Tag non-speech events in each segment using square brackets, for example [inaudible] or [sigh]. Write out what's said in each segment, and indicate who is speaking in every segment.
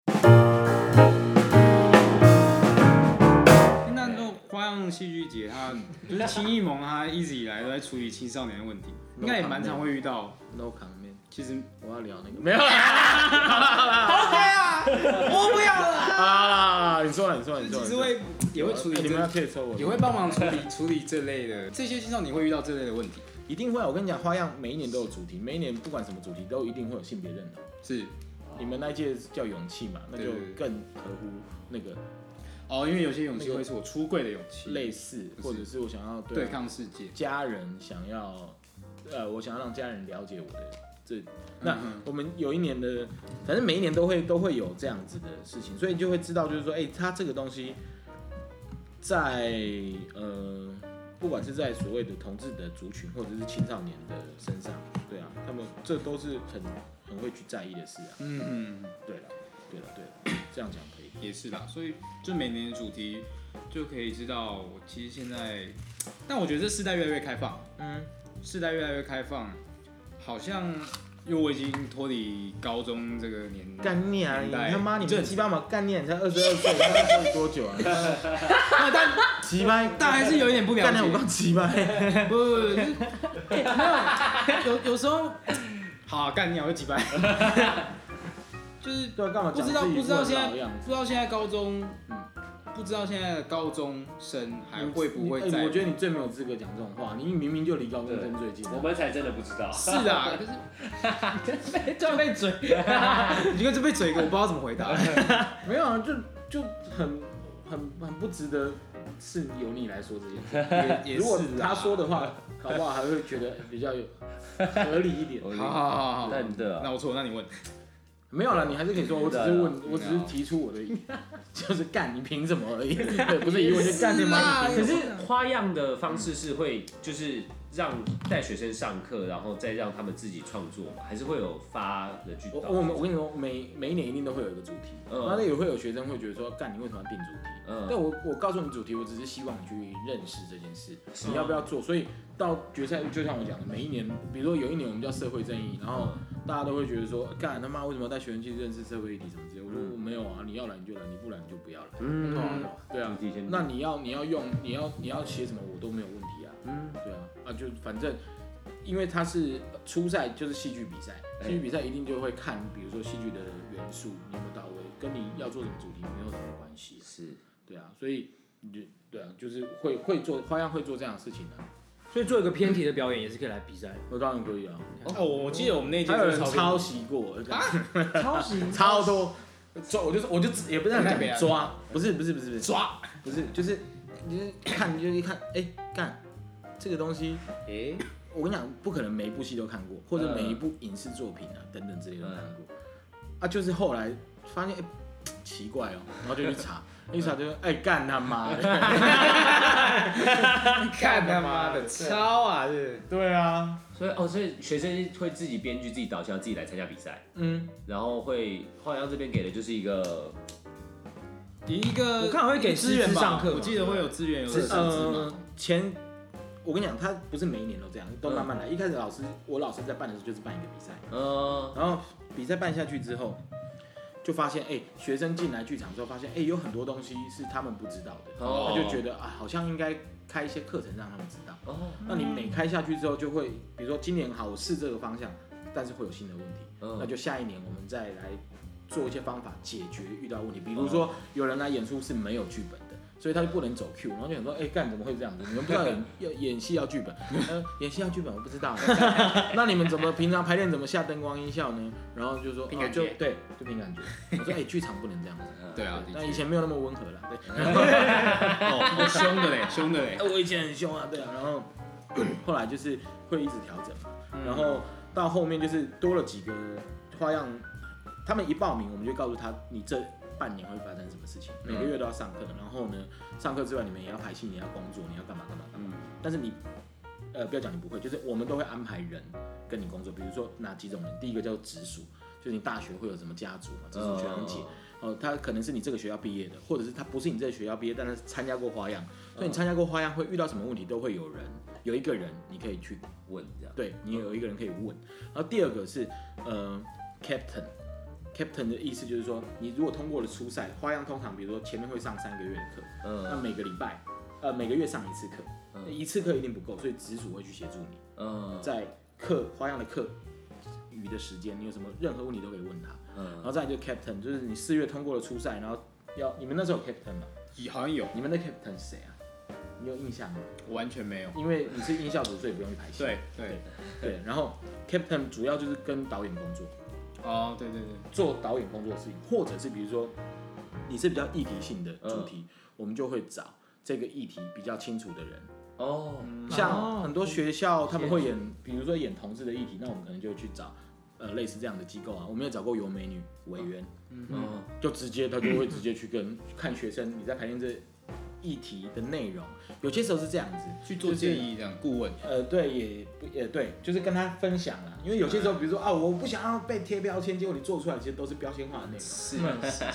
Speaker 1: 哎像戏剧节，
Speaker 2: [laughs]
Speaker 1: 它就是青艺盟，它一直以来都在处理青少年的
Speaker 2: [laughs]
Speaker 1: 问题，应该也蛮常会遇到。
Speaker 2: No comment，
Speaker 1: 其实
Speaker 2: 我要聊那个没有啦，
Speaker 1: OK 啊， [laughs] 我不要了。
Speaker 2: [laughs] 啊，你说了，你说了，你说
Speaker 1: 其实
Speaker 2: 了，
Speaker 1: 会也会处理
Speaker 2: 哎你们要
Speaker 1: 这，
Speaker 2: 可以说我，
Speaker 1: 也会帮忙处理处理这类的这些青少年会遇到这类的问题，
Speaker 2: 一定会啊。我跟你讲，花样每一年都有主题，每一年不管什么主题都一定会有性别认同。
Speaker 1: 是
Speaker 2: 你们那一届叫勇气嘛，那就
Speaker 1: 对对对
Speaker 2: 更合乎那个
Speaker 1: 哦，因为有些勇气会是我出柜的勇气，
Speaker 2: 类似，
Speaker 1: 是
Speaker 2: 或者是我想要
Speaker 1: 对
Speaker 2: 对啊
Speaker 1: 抗世界，
Speaker 2: 家人想要，呃，我想要让家人了解我的这。那
Speaker 1: 嗯哼
Speaker 2: 我们有一年的，反正每一年都会都会有这样子的事情，所以你就会知道，就是说，哎、它这个东西在呃，不管是在所谓的同志的族群，或者是青少年的身上，对啊，他们这都是很很会去在意的事啊。
Speaker 1: 嗯，
Speaker 2: 对了，对了，对了，这样讲可以。
Speaker 1: 也是啦，所以就每年的主题就可以知道，我其实现在，但我觉得这世代越来越开放，
Speaker 2: 嗯，
Speaker 1: 世代越来越开放，好像因为我已经脱离高中这个年代，
Speaker 2: 干你啊！你
Speaker 1: 明白
Speaker 2: 他妈你
Speaker 1: 这
Speaker 2: 们鸡巴嘛，干你啊！你才二十
Speaker 1: [laughs]
Speaker 2: 二岁，他妈到底多久啊？
Speaker 1: 但
Speaker 2: 鸡巴，
Speaker 1: 但还是有一点不了
Speaker 2: 干你！
Speaker 1: 解
Speaker 2: 我。刚鸡巴。
Speaker 1: 不不不， [laughs] 就是哎没有有有时候，好啊干鸟有几 [laughs] 百，就是
Speaker 2: [laughs] 对，干嘛
Speaker 1: 不
Speaker 2: 讲
Speaker 1: 知道
Speaker 2: 自己
Speaker 1: 不知道
Speaker 2: 很
Speaker 1: 现在
Speaker 2: 老的样子
Speaker 1: 不知道现在高中，
Speaker 2: 嗯
Speaker 1: 不知道现在的高中生还会不会
Speaker 2: 你哎
Speaker 1: 在？
Speaker 2: 我觉得你最没有资格讲这种话，你明明就离高中生最近啊。
Speaker 3: 我们才真的不知道。 [laughs]
Speaker 1: 是
Speaker 2: [laughs]
Speaker 1: 啊，可是被这样被嘴， [laughs] 你看这被嘴，我不知道怎么回
Speaker 2: [laughs]
Speaker 1: 答。
Speaker 2: 没有啊，就就很很很不值得，是由你来说这件事。
Speaker 1: [laughs] 也也
Speaker 2: 如果
Speaker 1: 是啊
Speaker 2: 他说的话，搞不好还会觉得比
Speaker 1: [laughs]
Speaker 2: 较有合理一点。
Speaker 1: 好好好好好，
Speaker 3: 但的
Speaker 1: 那我错，那你问。
Speaker 2: 没有了，你还是可以说，我只是
Speaker 3: 真
Speaker 2: 问
Speaker 1: 啊，
Speaker 2: 我只是提出我的 [laughs] 意，就是干你凭什么而已，对，不是疑问就干你妈你
Speaker 1: 是
Speaker 2: 凭
Speaker 3: 可
Speaker 2: 什么。
Speaker 3: 是啊花样的方式是会，就是让带学生上课，然后再让他们自己创作嘛，还是会有发的去
Speaker 2: 我
Speaker 3: 导
Speaker 2: 我们我跟你说，每每一年一定都会有一个主题，
Speaker 3: 嗯
Speaker 2: 然后也会有学生会觉得说，干你为什么要定主题？
Speaker 3: 嗯
Speaker 2: 但我我告诉你主题，我只是希望你去认识这件事，
Speaker 3: 是啊
Speaker 2: 你要不要做？所以到决赛，就像我讲的，每一年，比如说有一年我们叫社会正义，然
Speaker 3: 嗯
Speaker 2: 后
Speaker 4: 哦
Speaker 2: 大家都会觉得说，干他妈为什么要带学生去认识社会议题什么之类的？我说
Speaker 3: 嗯
Speaker 2: 我没有啊，你要来你就来，你不来你就不要来。
Speaker 3: 嗯，
Speaker 2: 对啊
Speaker 3: 主题先，定
Speaker 2: 那你要你要用你要你要写什么我都没有问题啊。
Speaker 3: 嗯，
Speaker 2: 对啊，啊就反正，因为它是呃初赛就是戏剧比赛，
Speaker 3: 哎
Speaker 2: 戏剧比赛一定就会看，比如说戏剧的元素你有没有到位，跟你要做什么主题没有什么关系啊、
Speaker 3: 是
Speaker 2: 对啊，所以你就对啊，就是会会做花样会做这样的事情啊的、
Speaker 4: 所以做一个偏题的表演也是可以来比赛的。
Speaker 2: 我当然可以啊，
Speaker 1: 哦，我记得我们那一届
Speaker 2: 还有
Speaker 1: 就是
Speaker 2: 人抄袭过，
Speaker 4: 超级
Speaker 2: 超多抓，啊我就我就也不是很
Speaker 1: 太北
Speaker 2: 敢
Speaker 1: 了
Speaker 2: 抓，不是不是不是不是
Speaker 1: 抓，
Speaker 2: 不是就是就是看就是一看，哎、干这个东西。
Speaker 3: 诶，
Speaker 2: 我跟你讲，不可能每一部戏都看过，或者
Speaker 3: 嗯
Speaker 2: 每一部影视作品啊等等之类都看过。啊，就是后来发现，哎、奇怪哦，然后就去查，一查就 [laughs] 说哎干他妈的，
Speaker 1: 看他妈的抄啊！是
Speaker 2: 对啊，
Speaker 3: 所以哦，所以学生会自己编剧、自己导向、自己来参加比赛，
Speaker 2: 嗯，
Speaker 3: 然后会花样这边给的就是一个
Speaker 1: 一个
Speaker 4: 我看会给
Speaker 1: 资源
Speaker 4: 师资
Speaker 1: 吧
Speaker 4: 上课嘛
Speaker 1: 我记得会有资源，有
Speaker 2: 是
Speaker 1: 设置
Speaker 2: 呃
Speaker 1: 嘛。
Speaker 2: 前，我跟你讲，他不是每一年都这样，都慢慢来。一开始老师，我老师在办的时候就是办一个比赛，
Speaker 3: 呃，
Speaker 2: 然后比赛办下去之后，就发现哎、学生进来剧场之后发现哎、有很多东西是他们不知道的，
Speaker 3: 哦
Speaker 2: 他就觉得啊好像应该开一些课程让他们知道。
Speaker 3: 哦，
Speaker 2: 那你每开下去之后，就会，比如说今年好，我试这个方向，但是会有新的问题，
Speaker 3: 嗯
Speaker 2: 那就下一年我们再来做一些方法解决遇到的问题。比如
Speaker 1: 嗯
Speaker 2: 说有人来演出是没有剧本的，所以他就不能走 Q，然后就想说，哎、干怎么会这样子？你们不知道
Speaker 1: [laughs]
Speaker 2: 演要演戏要剧本，呃，演戏要剧本我不知道， [laughs] 那你们怎么平常排练怎么下灯光音效呢？然后就说，
Speaker 1: 凭
Speaker 2: 哦
Speaker 1: 感
Speaker 2: 就
Speaker 1: 觉
Speaker 2: 对，就凭感觉。我说，哎、剧场不能
Speaker 1: [laughs]
Speaker 2: 这样子。
Speaker 3: 嗯
Speaker 1: 对啊，
Speaker 2: 但
Speaker 1: 的
Speaker 2: 以
Speaker 1: 确
Speaker 2: 前没有那么温和了，
Speaker 1: [laughs]
Speaker 2: 对。
Speaker 1: 哦，好凶的嘞，凶的嘞
Speaker 2: 哎，我以前很凶啊，对啊，然后 [coughs] 后来就是会一直调整嘛，然后到后面就是多了几个花样，他们一报名我们就告诉他你这半年会发生什么事情，每个月都要上课，然后呢上课之外你们也要排戏，你要工作，你要干嘛干嘛干嘛，但是你呃不要讲你不会，就是我们都会安排人跟你工作，比如说哪几种人，第一个叫直属，就是你大学会有什么家族嘛，直属学长姐。哦，他可能是你这个学校毕业的，或者是他不是你这个学校毕业，但是参加过花样，所以你参加过花样会遇到什么问题都会有人，有一个人你可以去，
Speaker 3: 问嗯这样，
Speaker 2: 对你有一个人可以问。然后第二个是，呃，captain。Captain 的意思就是说，你如果通过了初赛，花样通常比如说前面会上三个月的课，那
Speaker 3: 嗯
Speaker 2: 每个礼拜呃每个月上一次课，
Speaker 3: 嗯
Speaker 2: 一次课一定不够，所以直属会去协助你，
Speaker 3: 嗯
Speaker 2: 在课花样的课余的时间，你有什么任何问题都可以问他。然
Speaker 3: 嗯，
Speaker 2: 后再来就 captain，就是你四月通过了初赛，然后要你们那时候有 captain 吗？
Speaker 1: 也好像有，
Speaker 2: 你们的 captain 是谁啊？你有印象吗？
Speaker 1: 我完全没有。
Speaker 2: 因为你是音效组，所以不用去排戏。
Speaker 1: 对对，
Speaker 2: 对，然后 captain 主要就是跟导演工作，
Speaker 1: 哦，对对对，
Speaker 2: 做导演工作的事情，或者是比如说你是比较议题性的
Speaker 3: 嗯
Speaker 2: 主题，我们就会找这个议题比较清楚的人。
Speaker 3: 哦，
Speaker 2: 嗯像很多学校他们会演，比如说演同志的议题，那我们可能就去找呃类似这样的机构啊。我们也找过有美女委员，
Speaker 3: 嗯
Speaker 2: 就直接他就会直接去跟看学生你在排练这议题的内容。有些时候是这样子，
Speaker 1: 去做建议这样，顾问。
Speaker 2: 呃，对，也不也对，就是跟他分享啦。因为有些时候，比如说啊，我不想要被贴标签，结果你做出来其实都是标签化的内容。
Speaker 1: 是是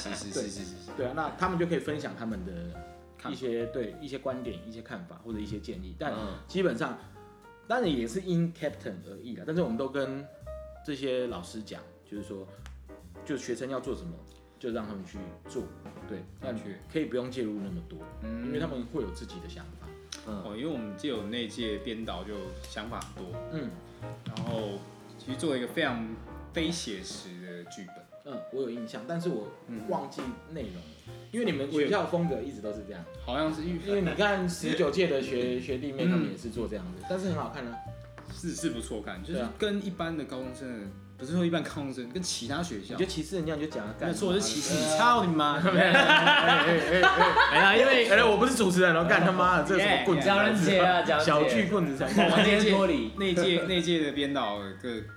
Speaker 1: 是是是是，
Speaker 2: 对啊，那他们就可以分享他们的一些对一些观点、一些看法或者一些建议，但
Speaker 3: 嗯
Speaker 2: 基本上当然也是因 captain 而异啦。但是我们都跟这些老师讲，就是说，就学生要做什么，就让他们去做，对，那
Speaker 1: 正确
Speaker 2: 可以不用介入那么多，
Speaker 1: 嗯
Speaker 2: 因为他们会有自己的想法。
Speaker 3: 嗯
Speaker 1: 哦，因为我们就有那届编导就想法很多，
Speaker 2: 嗯
Speaker 1: 然后其实做了一个非常非写实的剧本。
Speaker 2: 嗯，我有印象，但是我
Speaker 1: 嗯
Speaker 2: 忘记内容了，因为你们
Speaker 1: 我也
Speaker 2: 学校风格一直都是这样。
Speaker 1: 好像是预
Speaker 2: 因为你看十九届的学学弟妹他们也是做这样子，但是很好看啊。
Speaker 1: 是是不错看，就
Speaker 2: 对
Speaker 1: 是
Speaker 2: 啊
Speaker 1: 跟一般的高中生的，不是说一般高中生，跟其他学校
Speaker 2: 你就，歧视人家，你就讲啊，
Speaker 1: 没
Speaker 2: 干哎
Speaker 1: 错，是歧视，
Speaker 2: 呃
Speaker 1: 你操你 [laughs] 妈！
Speaker 4: 没啦，因
Speaker 2: [laughs]
Speaker 4: 为
Speaker 2: 哎、我不是主持人哦，干他妈的，这是什么棍子？
Speaker 3: Yeah, yeah 讲人节啊讲人节
Speaker 2: 小巨棍子才
Speaker 3: 我们今天脱离
Speaker 1: 那届那届的编导的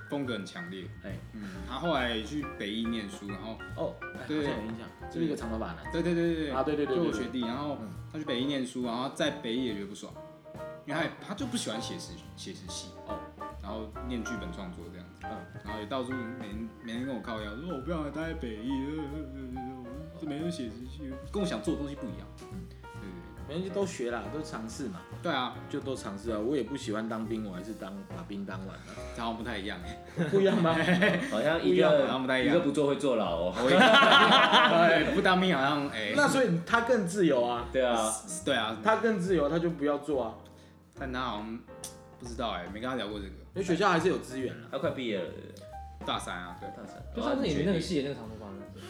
Speaker 1: 风格很强烈，
Speaker 2: 哎
Speaker 1: 嗯，他后来去北艺念书，然后
Speaker 2: 哦，哎
Speaker 1: 对
Speaker 2: 好像有印象，就是一个长头发的男
Speaker 1: 对对对对对
Speaker 2: 啊对对对
Speaker 1: 就我
Speaker 2: 对对
Speaker 1: 学弟，然后
Speaker 2: 嗯
Speaker 1: 他去北艺念书，然后在北艺也觉得不爽，因为他也他就不喜欢写实写实戏，
Speaker 2: 哦，
Speaker 1: 然后念剧本创作这样子，
Speaker 2: 嗯
Speaker 1: 然后也到处每天每天跟我靠腰，说我不想待在北艺，呃呃呃呃我这每天写实戏，跟我想做的东西不一样，
Speaker 2: 嗯
Speaker 1: 对对
Speaker 2: 生，反正就都学啦，都尝试嘛，
Speaker 1: 对，对啊，
Speaker 2: 就都尝试啊。我也不喜欢当兵，我还是当把兵当完啊哎了，
Speaker 1: 好像不太一样，
Speaker 2: [laughs] 不一样 [laughs] 吗？
Speaker 3: 好像一
Speaker 1: 不一样
Speaker 3: 个
Speaker 1: 好像不太一
Speaker 3: 一
Speaker 1: 样
Speaker 3: 个不做会坐牢哦。
Speaker 1: 我也哎不当兵好像哎，
Speaker 2: [laughs] 那所以他更自由啊，
Speaker 3: 对啊，
Speaker 1: 对啊，
Speaker 2: 他更自由，他就不要做啊，
Speaker 1: 但他好像不知道哎，没跟他聊过这个，
Speaker 2: 因为学校还是有资源啊。
Speaker 3: 他快毕业了，
Speaker 1: 大三啊，对
Speaker 3: 大三。
Speaker 4: 就上次演的那个戏，那个长头发的，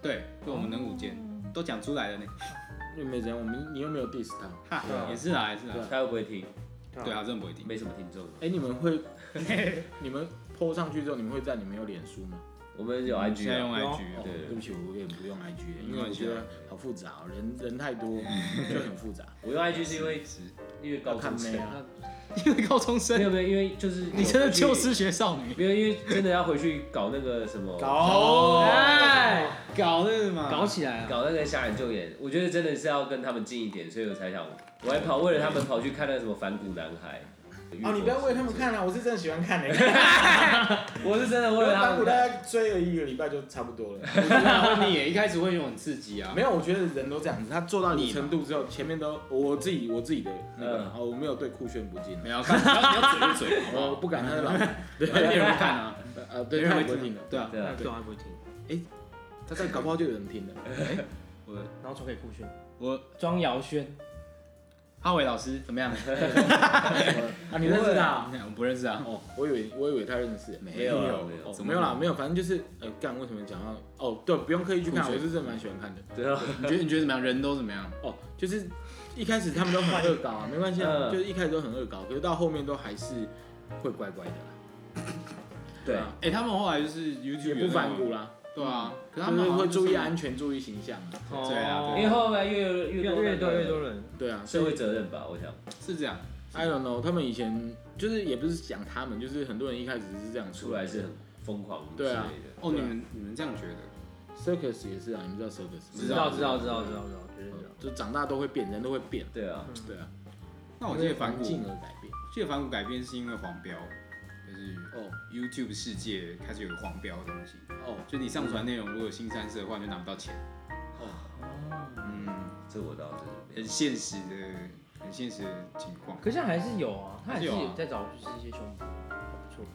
Speaker 1: 对，就我们能五件都讲出来了呢，
Speaker 2: 又没怎样，我们你又没有 diss 他。
Speaker 1: 哈
Speaker 4: 对啊，
Speaker 1: 也是啊，也是啊
Speaker 2: 对。
Speaker 3: 他会不会听？
Speaker 1: 对啊，真的不一定。
Speaker 3: 没什么听众。
Speaker 2: 哎、你们会，你们 PO 上去之后，你们会在你们有脸书吗？
Speaker 3: 我们有
Speaker 1: 嗯现在
Speaker 3: IG
Speaker 1: 用
Speaker 3: 啊，
Speaker 2: 哦
Speaker 1: IG，
Speaker 3: 对
Speaker 2: 对不起，我也不用 IG，因
Speaker 1: 没
Speaker 2: 为我
Speaker 1: 关系
Speaker 2: 觉得好复杂、哦，人人太多就很复杂。
Speaker 3: 我用 IG 是因为因为高
Speaker 2: 要看
Speaker 3: 中生
Speaker 2: 妹，啊，
Speaker 1: 因为高中
Speaker 3: 没
Speaker 1: 生，
Speaker 3: 有没有，因为就是
Speaker 1: [laughs] 你真的就
Speaker 3: 有
Speaker 1: 是学少女，
Speaker 3: 没有，因为真的要回去搞那个什么
Speaker 1: 搞哎搞那个嘛，
Speaker 4: 搞起来啊！
Speaker 3: 搞那个瞎人就演，我觉得真的是要跟他们近一点，所以我才想，我还跑为了他们跑去看那个什么反骨男孩。
Speaker 2: 哦，你不要为他们，看啊，我是真的喜欢看的、
Speaker 3: 我是真的
Speaker 2: 我
Speaker 3: 为了他
Speaker 2: 反骨
Speaker 3: 们
Speaker 2: 大
Speaker 3: 看。
Speaker 2: 概追了一个礼拜就差不多了。
Speaker 1: 然后你也一开始会有很刺激啊，
Speaker 2: 没有，我觉得人都这样子，他做到一
Speaker 1: 腻
Speaker 2: 个
Speaker 1: 嘛
Speaker 2: 程度之后，前面都我自己我自己的那个
Speaker 3: 嗯，
Speaker 2: 哦，我没有对酷炫不敬
Speaker 1: 没，有，看你要你要嘴就嘴，好不 [laughs]
Speaker 2: 我
Speaker 1: 好？
Speaker 2: 不敢，他是老板，对，
Speaker 1: 别人会看啊， [laughs]
Speaker 2: 呃，
Speaker 1: 别
Speaker 2: 对，
Speaker 1: 人
Speaker 2: 他
Speaker 1: 会
Speaker 2: 也不会
Speaker 1: 听
Speaker 2: 听
Speaker 1: 的
Speaker 2: 的，，
Speaker 1: 对啊，
Speaker 3: 对啊，
Speaker 4: 对啊，他不会听，
Speaker 2: 他这样搞不好就有人听了。
Speaker 4: 然后传给酷炫、
Speaker 1: 我
Speaker 4: 庄瑶轩，
Speaker 1: 哈维老师怎么 [laughs] 样？
Speaker 2: 啊，你认识他啊？
Speaker 1: 我不认识啊，
Speaker 2: 哦，我以为我以为他认识，
Speaker 3: 没有啊没有
Speaker 2: 哦
Speaker 1: 怎么
Speaker 2: 没有啦，
Speaker 1: 会
Speaker 2: 没有，反正就是呃，干为什么讲到哦，对，不用刻意去看，
Speaker 1: 酷
Speaker 2: 我
Speaker 1: 炫
Speaker 2: 是真的蛮喜欢看的。
Speaker 3: 对啊，
Speaker 1: 你觉得你觉得怎么样？人都怎么样？
Speaker 2: 哦，就是一开始他们都很恶搞啊，没关系啊，
Speaker 3: 嗯
Speaker 2: 就是一开始都很恶搞，可是到后面都还是会乖乖的啦，
Speaker 3: 对
Speaker 2: 啊，
Speaker 1: 哎，他们后来就是 YouTube
Speaker 2: 也不反
Speaker 1: 有那
Speaker 2: 骨
Speaker 1: 个，
Speaker 2: 啦，
Speaker 1: 对啊，可是他
Speaker 2: 就是
Speaker 1: 们
Speaker 2: 会注意
Speaker 1: 啊，
Speaker 2: 安全，注意形象啊。
Speaker 1: 对啊
Speaker 4: 哦
Speaker 3: 因为后来越越
Speaker 4: 越越
Speaker 3: 多
Speaker 4: 多越多人，
Speaker 2: 对啊，
Speaker 3: 社会责任吧，我想。
Speaker 1: 是这样，
Speaker 2: I don't know，他们以前就是也不是讲他们，就是很多人一开始是这样
Speaker 3: 出来是很疯狂之类
Speaker 2: 对
Speaker 3: 的
Speaker 2: 啊。
Speaker 1: 哦，你
Speaker 2: 对啊
Speaker 1: 们你们这样觉得？
Speaker 2: circus 也是啊，你们知道 circus
Speaker 1: 知
Speaker 4: 知
Speaker 2: 吗
Speaker 1: 道
Speaker 4: 道知道知道知道知道，绝对知道。
Speaker 2: 就长大都会变，人都会变，
Speaker 3: 对啊，
Speaker 2: 对啊，
Speaker 1: 那我记得反
Speaker 2: 环
Speaker 1: 骨，
Speaker 2: 境而改变。
Speaker 1: 记得反骨改编是因为黄标，就是
Speaker 2: 哦
Speaker 1: YouTube 世界开始有黄标的东西。
Speaker 2: 哦
Speaker 1: 就你上传内容如果有新三色的话，你就拿不到钱。
Speaker 2: 哦，
Speaker 1: 嗯，
Speaker 3: 这我倒是
Speaker 1: 很现实的，很现实的情况。
Speaker 4: 可是还是有啊，他还是
Speaker 1: 还是有啊
Speaker 4: 有在找就是一些胸部，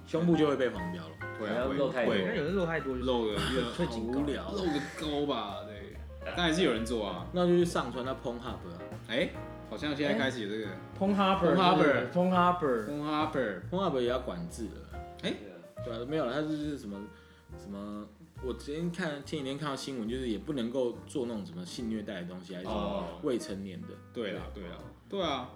Speaker 2: 胸部就会被黄标了，
Speaker 1: 会
Speaker 3: 好
Speaker 1: 啊，
Speaker 3: 像
Speaker 1: 会
Speaker 3: 漏太多
Speaker 4: 因为
Speaker 1: 会
Speaker 4: 有人肉太多，就是
Speaker 1: 漏了一
Speaker 4: 会
Speaker 1: 个
Speaker 2: 好
Speaker 4: 警告
Speaker 2: 无聊
Speaker 1: 漏
Speaker 2: 哦。
Speaker 1: 个沟吧，对。但还是有人做啊。
Speaker 2: 那就去上传到 Pornhub 啊。
Speaker 1: 哎，好像现在开始有这个
Speaker 4: p o n Harper，
Speaker 1: Harper
Speaker 4: p o n Harper，
Speaker 1: 风 Harper，
Speaker 2: 通话不也要管制了？对啊，没有了，他就是什么什么。我之前看前几天看到新闻，就是也不能够做那种什么性虐待的东西，还是什么
Speaker 3: 哦
Speaker 2: 未成年的。
Speaker 1: 对啦，对啦，对啊，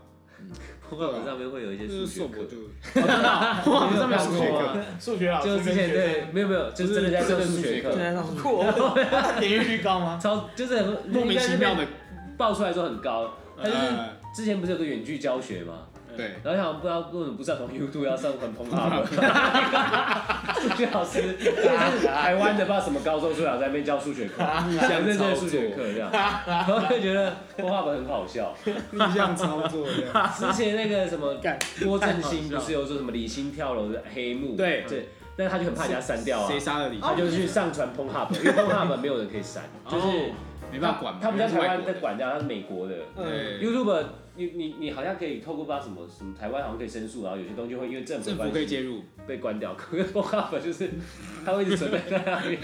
Speaker 3: 红外本上面会有一
Speaker 1: 这
Speaker 3: 些
Speaker 1: 是
Speaker 3: 数
Speaker 1: 硕
Speaker 3: 学
Speaker 1: 博
Speaker 3: 课， [laughs]
Speaker 1: 就 [laughs]
Speaker 4: 哇
Speaker 1: 这么有
Speaker 4: 数
Speaker 1: 数学
Speaker 4: 学
Speaker 1: 课
Speaker 4: 课，数学老
Speaker 3: 就
Speaker 4: 师
Speaker 3: 是之前对，没有没有，就是真的在
Speaker 1: 就是
Speaker 3: 上数
Speaker 1: 数学
Speaker 3: 学
Speaker 1: 课
Speaker 3: 课，
Speaker 4: 在上酷哦，点阅率高吗？
Speaker 3: 超就是很
Speaker 1: 莫名其妙的，
Speaker 3: 爆出来说很高，他就是
Speaker 1: 呃，
Speaker 3: 之前不是有个远距教学嘛，
Speaker 1: 对，
Speaker 3: 然后想不知道为什么不上从 YouTube 要上很澎湃，数学老师就是台湾的不知道什么高中数学老师在那边教数学课，讲认真的数学课
Speaker 1: [laughs]
Speaker 3: 这样，然后就觉得动画本很好笑。
Speaker 1: 逆
Speaker 4: [laughs]
Speaker 1: 向操作这样，
Speaker 3: 之前那个什么
Speaker 1: 干
Speaker 3: 郭振兴不是有说什么李欣跳楼的哎黑幕？
Speaker 1: 对
Speaker 3: 对，但他就很怕人家删 [laughs] 掉啊
Speaker 1: 谁，杀了你？
Speaker 3: 他
Speaker 4: 哦
Speaker 3: 就去上传 p o n h u b 因为 p o n h u b 没有人可以删，就是
Speaker 1: 哦没办法管嘛，
Speaker 3: 他们在
Speaker 1: 因为
Speaker 3: 台
Speaker 1: 是外
Speaker 3: 湾
Speaker 1: 国
Speaker 3: 在
Speaker 1: 的，
Speaker 3: 管掉，他是美国的。
Speaker 1: 对，
Speaker 3: YouTube，你你你好像可以透过不知道什么什么台湾好像可以申诉，然后有些东西会因为政府的
Speaker 1: 政府
Speaker 3: 关
Speaker 1: 可以
Speaker 3: 系
Speaker 1: 介入，
Speaker 3: 被关掉。可是 p o n h u b 就是它会一直存在在那
Speaker 1: [laughs]
Speaker 3: 里，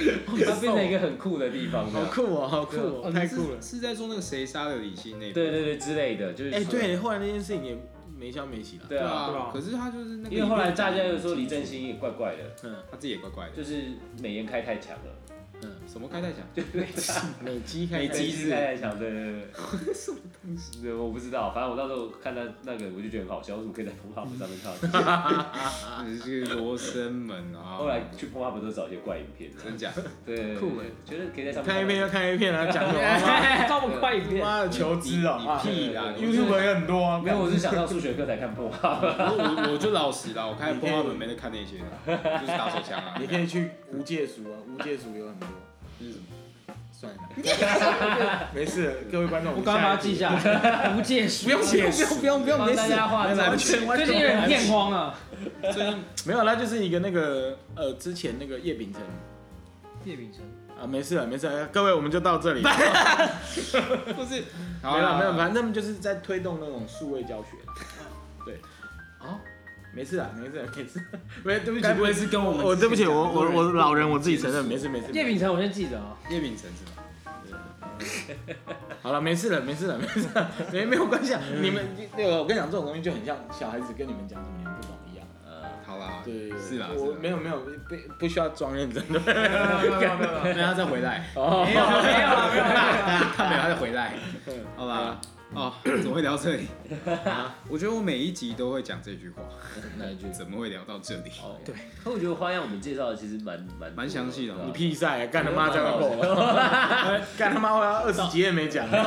Speaker 3: 它变成一个很酷的地 [laughs] 方这
Speaker 2: 好
Speaker 3: 样。
Speaker 2: 酷哦，好酷哦，太酷了。
Speaker 1: 是在说那个谁杀了李欣那部
Speaker 3: 对对对，之类的，就是
Speaker 2: 哎，对，后来那件事情也没消没息了。
Speaker 3: 对啊，
Speaker 1: 对
Speaker 4: 对啊
Speaker 1: 啊，可是他就是那个，
Speaker 3: 因为后来大家又说李正兴也怪怪的，
Speaker 2: 嗯，
Speaker 1: 他自己也怪怪的，
Speaker 3: 就是美颜开太强了。
Speaker 1: 什么开太
Speaker 2: [laughs]
Speaker 1: 强，
Speaker 2: 美肌
Speaker 1: 美
Speaker 2: 开
Speaker 1: 肌
Speaker 2: 机，
Speaker 3: 机
Speaker 1: 是
Speaker 3: 制太强，对对对。什么东西？我不知道，反正我到时候看到那个，我就觉得很好笑，为什么可以在 p o p 上面看到？
Speaker 2: 啊
Speaker 1: 你是罗生门啊，
Speaker 3: 后来去 p o p 都找一些怪影片，
Speaker 1: 真
Speaker 2: [laughs]
Speaker 1: 假，
Speaker 3: 对对，对
Speaker 2: 酷欸，
Speaker 3: 觉得可以在上面
Speaker 2: 看 A 片就看 A 片啊，
Speaker 1: [laughs]
Speaker 2: 讲什么？
Speaker 4: 这么快一遍，
Speaker 2: 妈的求知
Speaker 1: 你
Speaker 2: 哦
Speaker 1: 屁啦，
Speaker 3: 对对对
Speaker 1: 你
Speaker 2: ，YouTube 也很多啊。
Speaker 3: 没有，我是想到数学课才看 p o p
Speaker 1: 我我我就老实了，我看动画本没得看那些，就是打手枪啊
Speaker 2: 你，可以去无界塾啊，无界塾有很多。
Speaker 1: 就是什么
Speaker 2: 算了， [laughs] 没事，各位观众，
Speaker 4: 我刚刚把它记
Speaker 2: 下。
Speaker 4: 下来，无界数，
Speaker 2: 不用不用不用不用不用，
Speaker 3: 帮
Speaker 2: 没
Speaker 3: 大
Speaker 2: 事。
Speaker 3: 家画
Speaker 2: 完
Speaker 3: 战
Speaker 2: 全完
Speaker 4: 最
Speaker 2: 全
Speaker 4: 近有点片荒啊。
Speaker 1: 最近
Speaker 2: 没有，那就是一个那个呃，之前那个叶秉辰
Speaker 4: 叶秉辰，
Speaker 2: 啊，没事了没事了，各位我们就到这里。
Speaker 1: 不是，
Speaker 2: 没
Speaker 1: 好
Speaker 2: 有
Speaker 1: 啦
Speaker 2: 没有，反正他们就是在推动那种数位教学。对，
Speaker 1: 哦，
Speaker 2: 没事啊，没事啊没事，没对不起，
Speaker 1: 该不会
Speaker 2: 对不
Speaker 1: 是跟我们
Speaker 2: 起，我对不起，我我我老人我自己承
Speaker 1: 承
Speaker 2: 认，
Speaker 1: 认
Speaker 2: 没事没事。
Speaker 4: 叶秉辰，我先记得啊。
Speaker 1: 叶秉辰是吧？
Speaker 2: 好了，没事了没事了没事了，没没有关系啊。你们那个我跟你讲，这种东西就很像小孩子跟你们讲什么你们不懂一样。
Speaker 3: 呃，
Speaker 1: 好啦，
Speaker 2: 对，
Speaker 1: 是啦，
Speaker 2: 我
Speaker 1: 是啦
Speaker 2: 没有没有不不需要装认真的。
Speaker 4: 没有没有没有没有
Speaker 1: 让他再回
Speaker 2: [laughs]
Speaker 1: 来，
Speaker 2: 哦
Speaker 4: 没有啊没有啊
Speaker 1: 他没有，他再回来，
Speaker 2: 嗯
Speaker 1: 好吧？哦， [coughs] 怎么会聊
Speaker 2: [laughs]
Speaker 1: 这里？啊我觉得我每一集都会讲这句话，
Speaker 3: [laughs] 那一句。
Speaker 1: [laughs] 怎么会聊到这里？
Speaker 3: 哦，对，可我觉得花样我们介绍的其实蛮蛮
Speaker 1: 蛮详细的
Speaker 3: 对吧
Speaker 2: 你屁赛，干他妈这样够了， [laughs] 干他妈我要二十几页没讲。
Speaker 1: 到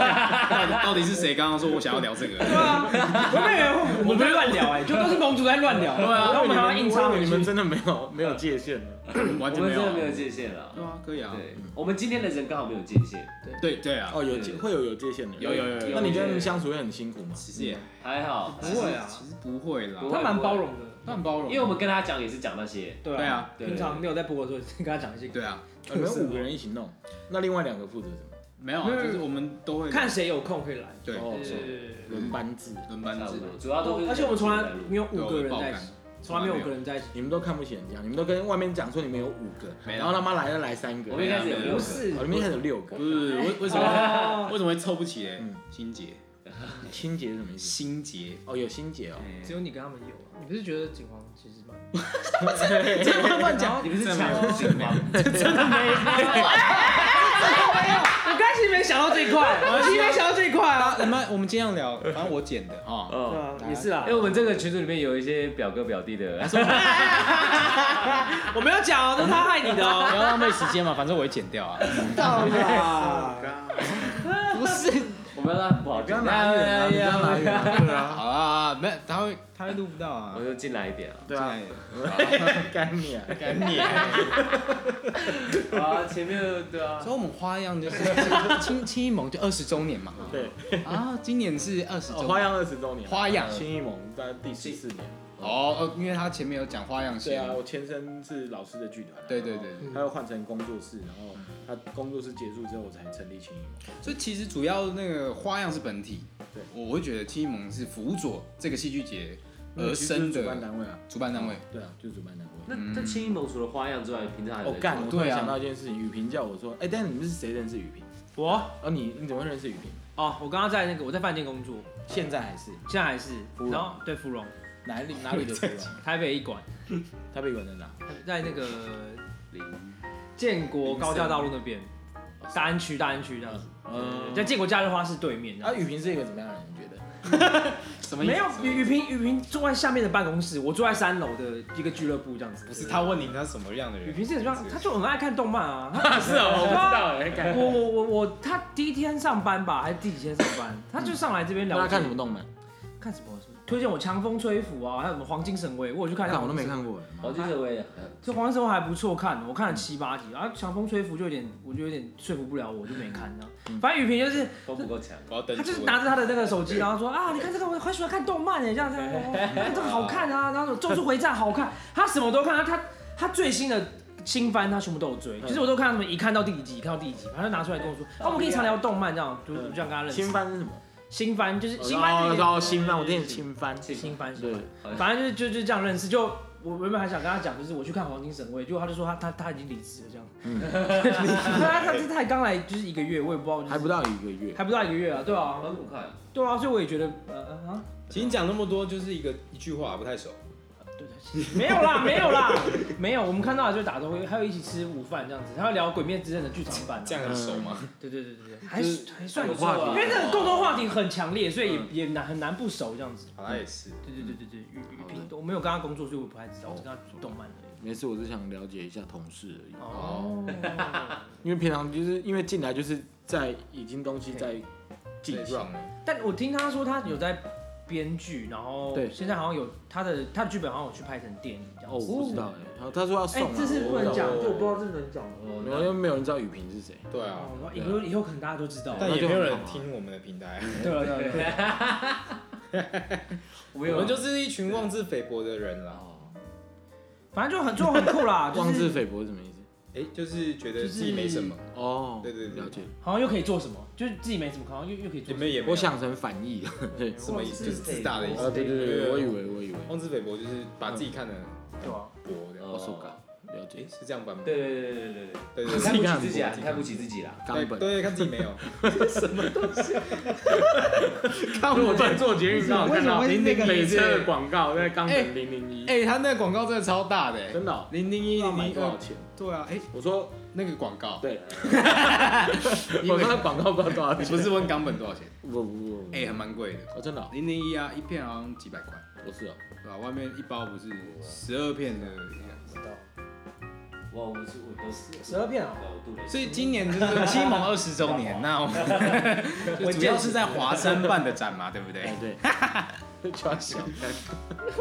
Speaker 1: 底到底是谁刚刚说我想要聊这个？
Speaker 3: [laughs]
Speaker 4: 对啊，我们以为我们不会乱聊哎，就都是公主在乱聊，
Speaker 2: 对啊，
Speaker 4: 然后我们还要硬
Speaker 2: 我
Speaker 4: 插
Speaker 2: 以
Speaker 4: 回
Speaker 2: 为
Speaker 4: 去
Speaker 2: 你。们真的没有没有界限了。
Speaker 1: 完
Speaker 3: 我
Speaker 1: 全没
Speaker 3: 们真
Speaker 1: 有
Speaker 3: 的
Speaker 1: 啊，
Speaker 3: 没有界限了。
Speaker 1: 对啊，可以啊，
Speaker 3: 对，我们今天的人刚好没有界限，
Speaker 1: 对对啊，
Speaker 2: 哦，有界会有有界限的。
Speaker 1: 有有有有
Speaker 2: 那你跟他们相处会很辛苦吗？
Speaker 1: 其实也
Speaker 3: 还好，
Speaker 4: 不会啊
Speaker 1: 其实不会啦，
Speaker 3: 不会
Speaker 4: 他蛮包容的，
Speaker 1: 他很包容，
Speaker 3: 因为我们跟他讲也是讲那些，
Speaker 4: 对
Speaker 1: 对啊，
Speaker 3: 对
Speaker 4: 平常没有在播的时候，跟他讲一些，
Speaker 1: 对啊，
Speaker 2: 你们五个人一起弄，那另外两个负责什么？
Speaker 1: 没有啊，
Speaker 4: 没有
Speaker 1: 就是我们都会
Speaker 4: 看谁有空可以来。
Speaker 1: 对
Speaker 2: 哦
Speaker 4: 对
Speaker 2: 轮班制，
Speaker 1: 轮班
Speaker 3: 差
Speaker 1: 制
Speaker 3: 不，多，主要都是
Speaker 4: 而且我们从来没有
Speaker 1: 对
Speaker 4: 五个人在一起，，从来没有五个人在一起。
Speaker 2: 你们都看不起人家，你们都跟外面讲说你们有五个，
Speaker 1: 没有
Speaker 2: 然后他妈来了来三个，
Speaker 3: 我
Speaker 2: 哦
Speaker 3: 们一开始有六
Speaker 4: 不
Speaker 3: 个，
Speaker 4: 是，
Speaker 2: 你们一开始有六个
Speaker 1: 我。们不是为为什么
Speaker 4: 哦，
Speaker 1: 为什么会凑不起嘞
Speaker 2: 嗯？
Speaker 1: 心结，
Speaker 2: 心结是什么意思？
Speaker 1: 心结，
Speaker 2: 哦，有心
Speaker 1: [laughs]
Speaker 2: 结哦。
Speaker 4: 只有你跟他们有啊。你不是觉得景皇其实蛮？
Speaker 2: 这乱乱讲，
Speaker 3: 你不是
Speaker 1: 真的
Speaker 3: 抢
Speaker 1: 没有
Speaker 3: 镜吗？
Speaker 1: [laughs]
Speaker 4: [laughs] 我刚其实没想到这一块，我其实没想到这一块啊。
Speaker 1: 我们我们今天要聊，反正我剪的哦哈，
Speaker 4: 对
Speaker 3: 嗯，
Speaker 4: 啊，也是啦
Speaker 3: 因为。我们这个群组里面有一些表哥表弟的，
Speaker 4: 我没有讲哦，都是他害你的
Speaker 1: 不
Speaker 4: 哦。
Speaker 1: 要浪费时间嘛，反正我会剪掉
Speaker 3: [laughs]
Speaker 1: 啊。
Speaker 4: 到啦，
Speaker 1: 不是，
Speaker 3: 我们让他不好
Speaker 2: 不
Speaker 3: 听
Speaker 2: 要，拿远啊，不要拿远啊，对
Speaker 1: [laughs]
Speaker 2: 啊，
Speaker 1: 好啊，没有，他会他会录不到啊
Speaker 3: 我。就进来一点啊。
Speaker 2: 对啊，
Speaker 1: 哎
Speaker 2: 干你啊！
Speaker 1: 干你！
Speaker 3: 啊，前面的对啊
Speaker 1: 所，以我们花样 [laughs] 就是青青一盟就二十周年嘛，
Speaker 2: 对，
Speaker 1: 啊，今年是二十周
Speaker 2: 哦花样二十周年，
Speaker 1: 花样
Speaker 2: 新艺盟在第十四年。
Speaker 1: 哦，呃因为他前面有讲花样
Speaker 2: 对
Speaker 1: 线
Speaker 2: 啊，，我前身是老师的剧团，
Speaker 1: 对对对
Speaker 2: 然后他又换成工作室，然后他工作室结束之后，我才成立青艺盟。
Speaker 1: 所以其实主要那个花样是本体，
Speaker 2: 对，
Speaker 1: 我会觉得青一盟是辅佐这个戏剧节嗯而
Speaker 2: 其实
Speaker 1: 生
Speaker 2: 就是主办
Speaker 1: 的
Speaker 2: 单位啊，
Speaker 1: 主办单位。
Speaker 2: 对啊，就是主办单位。
Speaker 3: 那那青衣盟除了花样之外，平常还有
Speaker 2: 我
Speaker 3: 在
Speaker 2: 干，
Speaker 3: 做
Speaker 2: 我突然
Speaker 1: 对啊
Speaker 2: 想到一件事情，雨萍叫我说，哎，但你们是谁认识雨萍？
Speaker 4: [laughs] 我
Speaker 2: 哦，你你怎么会认识雨萍？
Speaker 4: 哦，我刚刚在那个我在饭店工作，
Speaker 2: 现在还是
Speaker 4: 现在还是
Speaker 2: 芙，蓉
Speaker 4: 然后对芙蓉，
Speaker 2: 哪里哪里的
Speaker 4: [laughs]
Speaker 2: 服啊？
Speaker 4: 台北一馆，
Speaker 2: 台北有人哪？
Speaker 4: 在那个建国高架道路那边，大安区大安区这样子，
Speaker 2: 嗯，
Speaker 4: 在建国假日花市对面这样
Speaker 2: 啊，雨萍是一个怎么样的人？你觉得？
Speaker 1: 什么意思
Speaker 4: 没有雨雨萍，雨萍坐在下面的办公室，我坐在三楼的一个俱乐部这样子。
Speaker 1: 不是他问你他什么样的
Speaker 4: 雨
Speaker 1: 人？
Speaker 4: 萍是很像，她就很爱看动漫啊。她
Speaker 2: 啊，是哦，我不知道哎，
Speaker 4: [laughs] 我我我我，她第一天上班吧，还是第几天上
Speaker 2: [laughs]
Speaker 4: 班，她就上来这边聊
Speaker 2: 大嗯
Speaker 4: 天。
Speaker 2: 家看什么动漫？
Speaker 4: 看什么？推荐我《强风吹拂》啊，还有什么《黄金神威》，我有去看一下。
Speaker 2: 看我都没看过哎。
Speaker 3: 黄金社会，
Speaker 4: 这《黄金神威》还不错看，我看了七八集。然后《强风吹拂》就有点，我就有点说服不了我，我就没看。然
Speaker 2: 嗯
Speaker 4: 后，反正雨萍就是，
Speaker 3: 都不够强。
Speaker 1: 我要等
Speaker 4: 她就是
Speaker 1: 主
Speaker 4: 拿着她的那个手机，然后说啊，你看这个，我很喜欢看动漫耶，这样这样，哦看这个好看啊，然后《咒术回战》好看，她什么都看，她她她最新的。新番她全部都有追，其实我都看他们一看到第几集，看到第几集，她就拿出来跟我说，啊，我们可以常聊动漫这样，就就这样跟她认识
Speaker 2: 新。番是什么？
Speaker 4: 新番就是呃新番
Speaker 2: 哦，
Speaker 4: 就是，
Speaker 2: 哦，新番，我之前新番，
Speaker 4: 新番新
Speaker 2: 对
Speaker 4: 番，，反正就是就就这样认识。就我原本还想跟他讲，就是我去看《黄金神位》，结果他就说他他他已经离职了这样。
Speaker 2: 嗯
Speaker 4: [laughs] 他他他才刚来就是一个月，我也不知道、就是
Speaker 2: 还不到一个月。
Speaker 4: 还不到一个月啊，对啊，
Speaker 3: 很五块，
Speaker 4: 对啊，所以我也觉得呃呃啊，
Speaker 1: 其实你讲那么多，就是一个一句话不太熟。
Speaker 4: 对对，没有啦，没有啦，没有。我们看到的就是打招呼，还有一起吃午饭这样子，还有聊《鬼灭之刃》的剧场版、
Speaker 1: 这
Speaker 4: 啊。
Speaker 1: 样很熟吗？
Speaker 4: 对对对对对，还
Speaker 2: 就是
Speaker 4: 还算
Speaker 3: 有
Speaker 4: 不
Speaker 3: 话
Speaker 4: 错
Speaker 3: 题
Speaker 4: 啊，因为那个共同话题很强烈，所以也、也难很难不熟这样子。
Speaker 1: 好像也是。
Speaker 4: 对对对对对，雨雨萍，我没有跟他工作，所以我不太知道，我只跟他动漫而已。
Speaker 2: 没事，我是想了解一下同事而已。
Speaker 4: 哦，
Speaker 2: 因为平常就是因为进来就是在已经东西在进
Speaker 1: 对啊
Speaker 2: 行，
Speaker 1: wrong 了
Speaker 4: 但我听他说他有在编剧，然后
Speaker 2: 对
Speaker 4: 现在好像有他的他的剧本好像有去拍成电影这
Speaker 2: 哦，
Speaker 4: 样子。
Speaker 2: 我不知道哎。然后他说要
Speaker 4: 哎、
Speaker 2: 送啊，
Speaker 4: 这是不能讲，
Speaker 1: 我
Speaker 4: 这我不知道这能讲。
Speaker 3: 我
Speaker 2: 然后又没有人知道雨萍是谁，
Speaker 1: 对啊，
Speaker 4: 哦，以后以后可能大家都知道。
Speaker 1: 但也没有人听我们的平台。
Speaker 4: 对了对了对了， [laughs]
Speaker 1: 我们就是一群妄自菲薄的人啦。
Speaker 4: 反正就很就很酷
Speaker 1: [laughs]
Speaker 4: 啦，哦就
Speaker 2: 妄自
Speaker 4: 是
Speaker 2: 菲薄是什么意思？
Speaker 1: 哎，就是觉得自己没什么，
Speaker 2: 哦，
Speaker 1: 对对对
Speaker 2: 了解。
Speaker 4: 好像又可以做什么，就是自己没什么，好像又又可以
Speaker 1: 也
Speaker 4: 做什么。
Speaker 1: 没也没有
Speaker 2: 我想成反义，对，
Speaker 1: 什么意思，就是自大的意
Speaker 2: 啊，
Speaker 1: 思。
Speaker 2: 对对对，我以为我以为，
Speaker 1: 妄自菲薄就是把
Speaker 2: 嗯
Speaker 1: 自己看得很
Speaker 4: 对啊吧？
Speaker 1: 薄的。
Speaker 2: 我受感，了解
Speaker 1: 哎，，是这样版吗？
Speaker 3: 对对对对对对，
Speaker 1: 对对
Speaker 3: 你
Speaker 1: 对
Speaker 3: 看不起自己啊，你看不起自己啦。
Speaker 2: 冈
Speaker 1: 对
Speaker 2: 本，
Speaker 1: 对，看自己没有。[laughs]
Speaker 2: [laughs] 冈啊本，我在做捷运上
Speaker 1: 为
Speaker 2: 看
Speaker 1: 什么
Speaker 2: 到
Speaker 1: 会是
Speaker 2: 零
Speaker 1: 那
Speaker 2: 零
Speaker 1: 个
Speaker 2: 北
Speaker 1: 名字
Speaker 2: 车的广告，在冈本零零一，
Speaker 1: 哎，他那个广告真的超大的，哎
Speaker 2: 真的哦，
Speaker 1: 零零一
Speaker 2: 要
Speaker 1: 零
Speaker 2: 买
Speaker 1: 零
Speaker 2: 多少
Speaker 1: 二。
Speaker 2: 钱？
Speaker 1: 对啊，哎，
Speaker 2: 我说
Speaker 1: 那个广告 [laughs]
Speaker 2: 对，我看到广告不知道多少钱，
Speaker 1: 不是问冈本多少钱？
Speaker 2: 不不不不，
Speaker 1: 哎，还蛮贵的，
Speaker 2: 哦真的哦，
Speaker 1: 零零一啊，一片好像几百块，
Speaker 2: 不是哦，
Speaker 1: 对吧？外面一包不是十二片的。
Speaker 3: 哇，我是我都是
Speaker 4: 十二片啊
Speaker 3: 我度
Speaker 1: 所以今年就是西蒙二十周年，那 [laughs] 我们就主要是在华山办的展嘛，对不对
Speaker 2: 哎？对， [laughs]
Speaker 1: 抓小，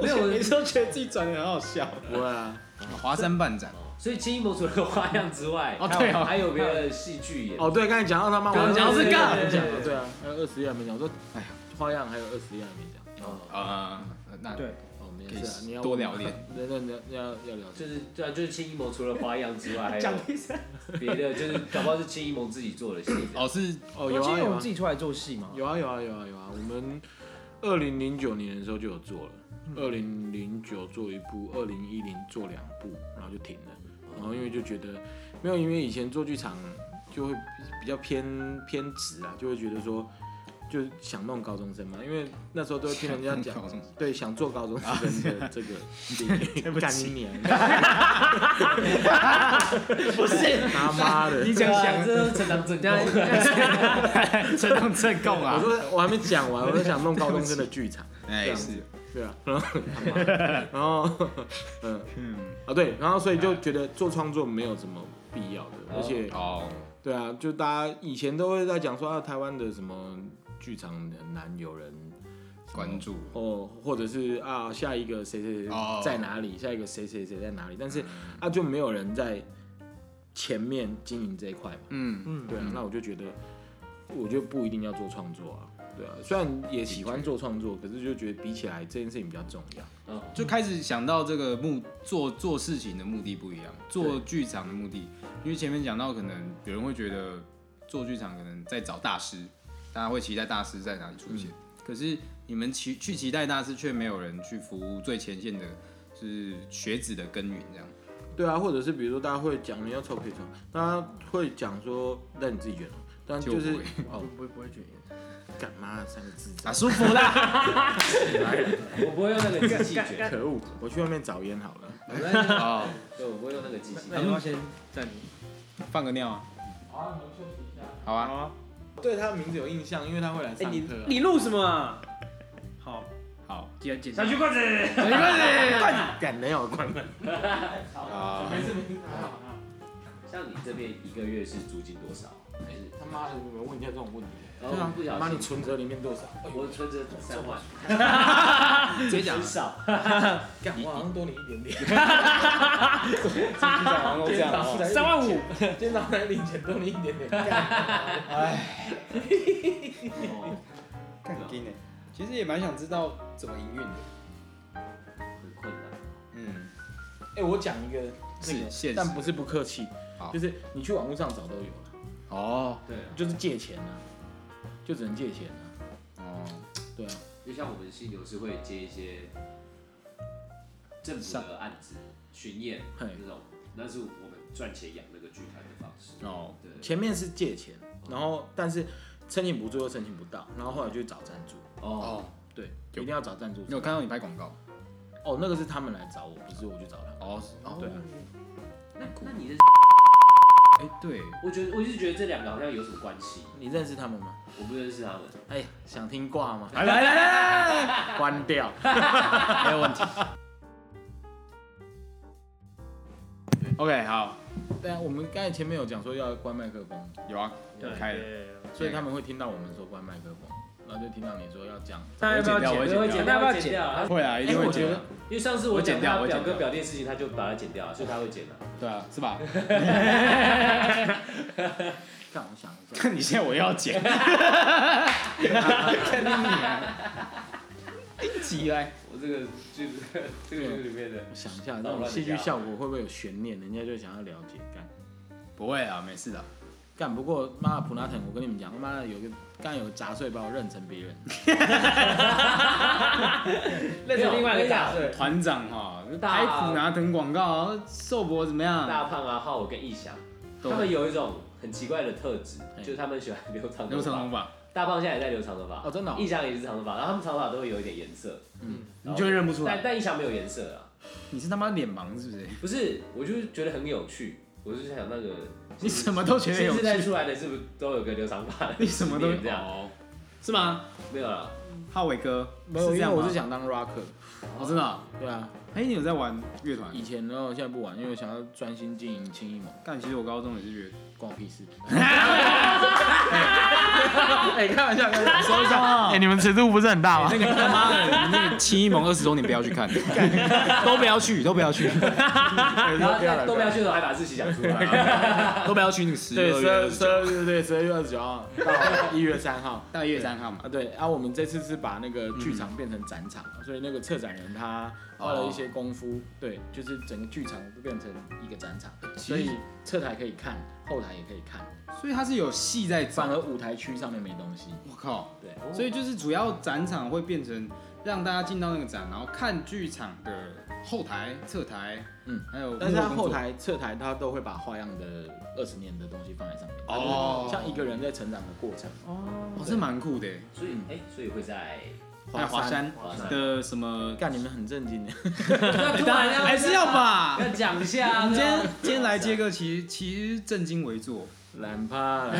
Speaker 1: 没有，你都觉得自己转的很好笑。
Speaker 2: 不会啊，
Speaker 1: 华山办展，
Speaker 3: 哦所以金一萌除了花样之外，
Speaker 1: 哦对哦
Speaker 3: 还有别的戏剧演。
Speaker 2: 哦对，刚才讲到他妈，
Speaker 3: 刚
Speaker 2: 我
Speaker 3: 才讲到
Speaker 2: 是
Speaker 3: 是杠
Speaker 2: 杠，讲了对啊，还有二十页还没讲，我说哎呀，花样还有二十页还没讲，
Speaker 3: 哦
Speaker 1: 呃，那
Speaker 4: 对，
Speaker 2: 哦没
Speaker 1: 可
Speaker 2: 事啊，你
Speaker 1: 以
Speaker 2: 要
Speaker 1: 多聊，点。
Speaker 2: [laughs] 对对对，要要聊，
Speaker 3: 就是对啊，就是青一萌除了花样之外，还有
Speaker 4: 讲一下，
Speaker 3: 别的，就是搞不好是青一萌自己做的戏。
Speaker 1: [laughs] 哦，是
Speaker 2: 哦
Speaker 4: 因
Speaker 2: 有啊
Speaker 4: 为
Speaker 2: 有
Speaker 4: 我
Speaker 2: 啊
Speaker 4: 们自。己出来做戏嘛。
Speaker 2: 有啊有啊有啊有啊，我们二零零九年的时候就有做了，
Speaker 1: 嗯
Speaker 2: 二零零九做一部，二零一零做两部，然后就停了，然后因为就觉得没有，因为以前做剧场就会比较偏偏执啊，就会觉得说。就想弄高中生嘛，因为那时候都会听人家
Speaker 1: [laughs] 想
Speaker 2: 讲
Speaker 1: 弄高中生，
Speaker 2: 对，想做高中生的这个
Speaker 1: [laughs]
Speaker 2: 领域，干你娘！
Speaker 4: 不是，
Speaker 2: 他妈的！
Speaker 1: 你讲
Speaker 3: 对啊
Speaker 1: 想
Speaker 3: 这是成长正功。
Speaker 4: 啊
Speaker 1: 正当正供
Speaker 2: 我
Speaker 1: 啊？
Speaker 2: 说我还没讲完，我就想弄高中生的剧场，
Speaker 1: 哎，是，
Speaker 2: 对啊， [laughs] 然后然后嗯
Speaker 1: 嗯，
Speaker 2: 啊对，然后所以就觉得做创作没有什么必要的，
Speaker 3: 哦
Speaker 2: 而且
Speaker 1: 哦，
Speaker 2: 对啊，就大家以前都会在讲说啊，台湾的什么剧场很难有人
Speaker 1: 关注，
Speaker 2: 哦，或者是啊下一个谁谁谁
Speaker 1: 哦
Speaker 2: 在哪里，下一个谁谁谁在哪里，但是啊就没有人在前面经营这一块嘛，
Speaker 1: 嗯，
Speaker 4: 嗯，
Speaker 2: 对啊，那我就觉得我就不一定要做创作啊，对啊，虽然也喜欢做创作，可是就觉得比起来这件事情比较重要。
Speaker 3: 嗯
Speaker 1: 就开始想到这个目做做事情的目的不一样，做剧场的目的，因为前面讲到，可能有人会觉得做剧场可能在找大师，大家会期待大师在哪里出现，可是你们期去期待大师，却没有人去服务最前线的，是学子的耕耘这样。
Speaker 2: 对啊，或者是比如说大家会讲你要抽可以抽，大家会讲说，那你自己觉得，但就是
Speaker 1: 就不会
Speaker 2: 哦 [laughs]
Speaker 4: 不会不会卷烟，
Speaker 2: 干嘛三个字，
Speaker 1: 啊，舒服啦。
Speaker 3: 我不会用那个机器卷，
Speaker 2: 可恶！我去外面找烟好了。
Speaker 3: 我不会
Speaker 1: 哦，
Speaker 3: 对，我不会用那个机器。
Speaker 4: 那你要不要先暂停？
Speaker 1: 放个尿啊。好啊，
Speaker 4: 啊，
Speaker 2: 对他的名字有印象，因为他会来
Speaker 4: 哎
Speaker 2: 上
Speaker 4: 你
Speaker 2: 课啊。
Speaker 4: 你录什么啊？好，
Speaker 1: 好，
Speaker 4: 简简
Speaker 3: 小
Speaker 4: 单
Speaker 3: 菊。棍子，
Speaker 1: 没关系。
Speaker 2: 敢没有关门？
Speaker 1: 啊，
Speaker 2: 事没事。
Speaker 3: 像你这边一个月是租金多少？还是
Speaker 2: 他妈的，你们问一下这种问题。
Speaker 3: 然
Speaker 1: 啊
Speaker 3: 后不小
Speaker 2: 妈你
Speaker 3: 心，
Speaker 2: 存折里面多少？哎
Speaker 3: 我存折三万，
Speaker 1: [laughs] 直接讲
Speaker 3: 很。少，
Speaker 1: [laughs]
Speaker 2: 干，我好像多你一点点。
Speaker 1: 好像都这样哦
Speaker 4: 三万五，
Speaker 2: [laughs] 今天早上领钱多你一点 [laughs] 点。哎
Speaker 3: 哦
Speaker 1: 干金呢？其实也蛮想知道怎么营运的。
Speaker 3: 很困难。
Speaker 1: 嗯，
Speaker 2: 哎，我讲一个那
Speaker 1: 是
Speaker 2: 个，
Speaker 1: 现实
Speaker 2: 但不是不客气
Speaker 1: 好，
Speaker 2: 就是你去网络上找都有了，
Speaker 1: 哦
Speaker 3: 对啊，
Speaker 2: 就是借钱啊，就只能借钱啊。
Speaker 1: 哦，
Speaker 2: 对啊，
Speaker 3: 就像我们犀牛是会接一些政府的案子、巡演
Speaker 2: 嘿
Speaker 3: 那种，那是我们赚钱养那个剧团的方式。
Speaker 1: 哦，
Speaker 3: 对，
Speaker 2: 前面是借钱，然后但是申请补助又申请不到，然后后来就去找赞助。
Speaker 3: 哦，
Speaker 1: 哦，
Speaker 2: 对，
Speaker 1: 有
Speaker 2: 一定要找赞助
Speaker 1: 你有
Speaker 2: 商。
Speaker 1: 看到你拍广告？
Speaker 2: 哦，那个是他们来找我，不是我去找他们。
Speaker 1: 哦，哦
Speaker 2: 对啊
Speaker 3: 那
Speaker 1: 酷
Speaker 3: 那你的，
Speaker 1: 哎，对，
Speaker 3: 我觉得我一直觉得这两个好像有什么关系，
Speaker 2: 你认识他们吗？
Speaker 3: 我不认识他们。
Speaker 2: 哎、想听挂吗？
Speaker 1: 来来来来来，
Speaker 2: 关
Speaker 1: [laughs]
Speaker 2: 掉。
Speaker 1: 没有问题。OK，好，
Speaker 2: 对啊，我们刚才前面有讲说要关麦克风，
Speaker 1: 有啊，
Speaker 4: 对
Speaker 1: 开了。
Speaker 2: 所以他们会听到我们说关麦克风，然后就听到你说要讲。
Speaker 4: 大家要不要
Speaker 1: 我会剪掉我会
Speaker 4: 剪？
Speaker 1: 剪掉
Speaker 4: 大家
Speaker 3: 剪掉啊？
Speaker 4: 要不要剪？
Speaker 1: 会啊，一定
Speaker 2: 哎
Speaker 1: 会
Speaker 2: 我觉
Speaker 1: 剪
Speaker 2: 得
Speaker 1: 啊，
Speaker 3: 因为上次我讲
Speaker 1: 我剪掉
Speaker 3: 他
Speaker 1: 我剪
Speaker 3: 表
Speaker 1: 掉
Speaker 3: 哥表弟的事情，他就把它剪掉，所以他会剪了。
Speaker 1: 对啊，是吧？
Speaker 2: 让我想一下，
Speaker 1: 看你现在我要剪，看你娘， [laughs] 一起来，
Speaker 3: 我这个剧这个剧 [laughs] 里面的
Speaker 1: 嗯
Speaker 2: 我想一下，那种戏剧效果会不会有悬念？人家就想要了解干。
Speaker 1: 不会啊，没事的。
Speaker 2: 干不过，妈的普拉腾，我跟你们讲，他妈的有个刚有个杂碎把我认成别人，
Speaker 4: 那是另外一个大事。
Speaker 1: 团长哈，
Speaker 3: 大
Speaker 1: 拍普拿藤广告，寿博怎么样？
Speaker 3: 大胖啊、浩我跟逸翔，
Speaker 1: 都
Speaker 3: 他们有一种很奇怪的特质，
Speaker 2: 嗯
Speaker 3: 就是他们喜欢留长头
Speaker 1: 哎留长
Speaker 3: 发
Speaker 1: 头。发，
Speaker 3: 大胖现在也在留长头发
Speaker 2: [laughs] 哦真的哦
Speaker 3: 逸翔也是长头发，然后他们长头发都会有一点颜色，
Speaker 1: 嗯你就会认不出
Speaker 3: 但
Speaker 1: 来。
Speaker 3: 但逸翔没有颜色啊。
Speaker 1: 你是他妈脸盲是不是？
Speaker 3: 不是，我就是觉得很有趣，我就是想那个
Speaker 1: 你什么都觉得
Speaker 3: 新
Speaker 1: 有
Speaker 3: 时代
Speaker 1: 趣，
Speaker 3: 出来的是不是都有个留长发？
Speaker 1: 你什
Speaker 3: [laughs]
Speaker 1: 么都
Speaker 3: 这样，
Speaker 1: 哦，是吗？
Speaker 3: 没有了。
Speaker 1: 浩伟哥
Speaker 2: 没
Speaker 1: 是
Speaker 2: 有，
Speaker 1: 这
Speaker 2: 因为
Speaker 1: 样吗？
Speaker 2: 我是想当 rocker。
Speaker 1: 哦，真的哦。
Speaker 2: 对啊，
Speaker 1: 哎，你有在玩乐团
Speaker 2: 以？啊前然后现在不玩，因为我想要专心经营轻艺谋，
Speaker 1: 但其实我高中也是乐，
Speaker 2: 关我屁事。哎、开玩笑，开玩笑。
Speaker 1: 收一收啊！
Speaker 2: 哎你们尺度不是很大吗？
Speaker 1: 那个他妈的，那个七一盟二十周年不要去看， [laughs] 都不要去，都不要 [laughs] 去，
Speaker 3: 然后在东苗去的时候还把日期讲出
Speaker 1: [laughs]
Speaker 3: 来，啊
Speaker 1: 都不要去那个十
Speaker 2: [laughs] 对，
Speaker 1: 二
Speaker 2: 十
Speaker 1: 月
Speaker 2: 二
Speaker 1: 二十
Speaker 2: 十
Speaker 1: 九
Speaker 2: 二对对十二月二十九号到一月三号
Speaker 1: 大月三号嘛
Speaker 2: 啊，。对啊，我们这次是把那个剧场变成展场，所以那个策展人他花了一些功夫，对，就是整个剧场都变成一个展场，所以侧台可以看，后台也可以看，
Speaker 1: 所以它是有戏在长。
Speaker 2: 反而舞台区上面没东西，
Speaker 1: 我靠！
Speaker 2: 对，
Speaker 1: 所以就是主要展场会变成让大家进到那个展，然后看剧场的后台、侧台，
Speaker 2: 嗯，
Speaker 1: 还有
Speaker 2: 但是
Speaker 1: 幕
Speaker 2: 他
Speaker 1: 后工
Speaker 2: 后
Speaker 1: 作
Speaker 2: 台侧台他都会把花样的二十年的东西放在上面，
Speaker 1: 哦
Speaker 2: 像一个人在成长的过程，
Speaker 1: 哦，这蛮酷的耶。
Speaker 3: 所以哎，所以会在
Speaker 1: 还有华山
Speaker 3: 华山
Speaker 1: 的什么？
Speaker 2: 干你们很震惊的，
Speaker 3: 那突然要
Speaker 1: 还是要吧。
Speaker 3: 要讲一下啊。
Speaker 1: 你今
Speaker 3: 对啊
Speaker 1: 天今天来接个，其实其实正襟危 [laughs] 坐。
Speaker 2: [laughs] 懒趴啦，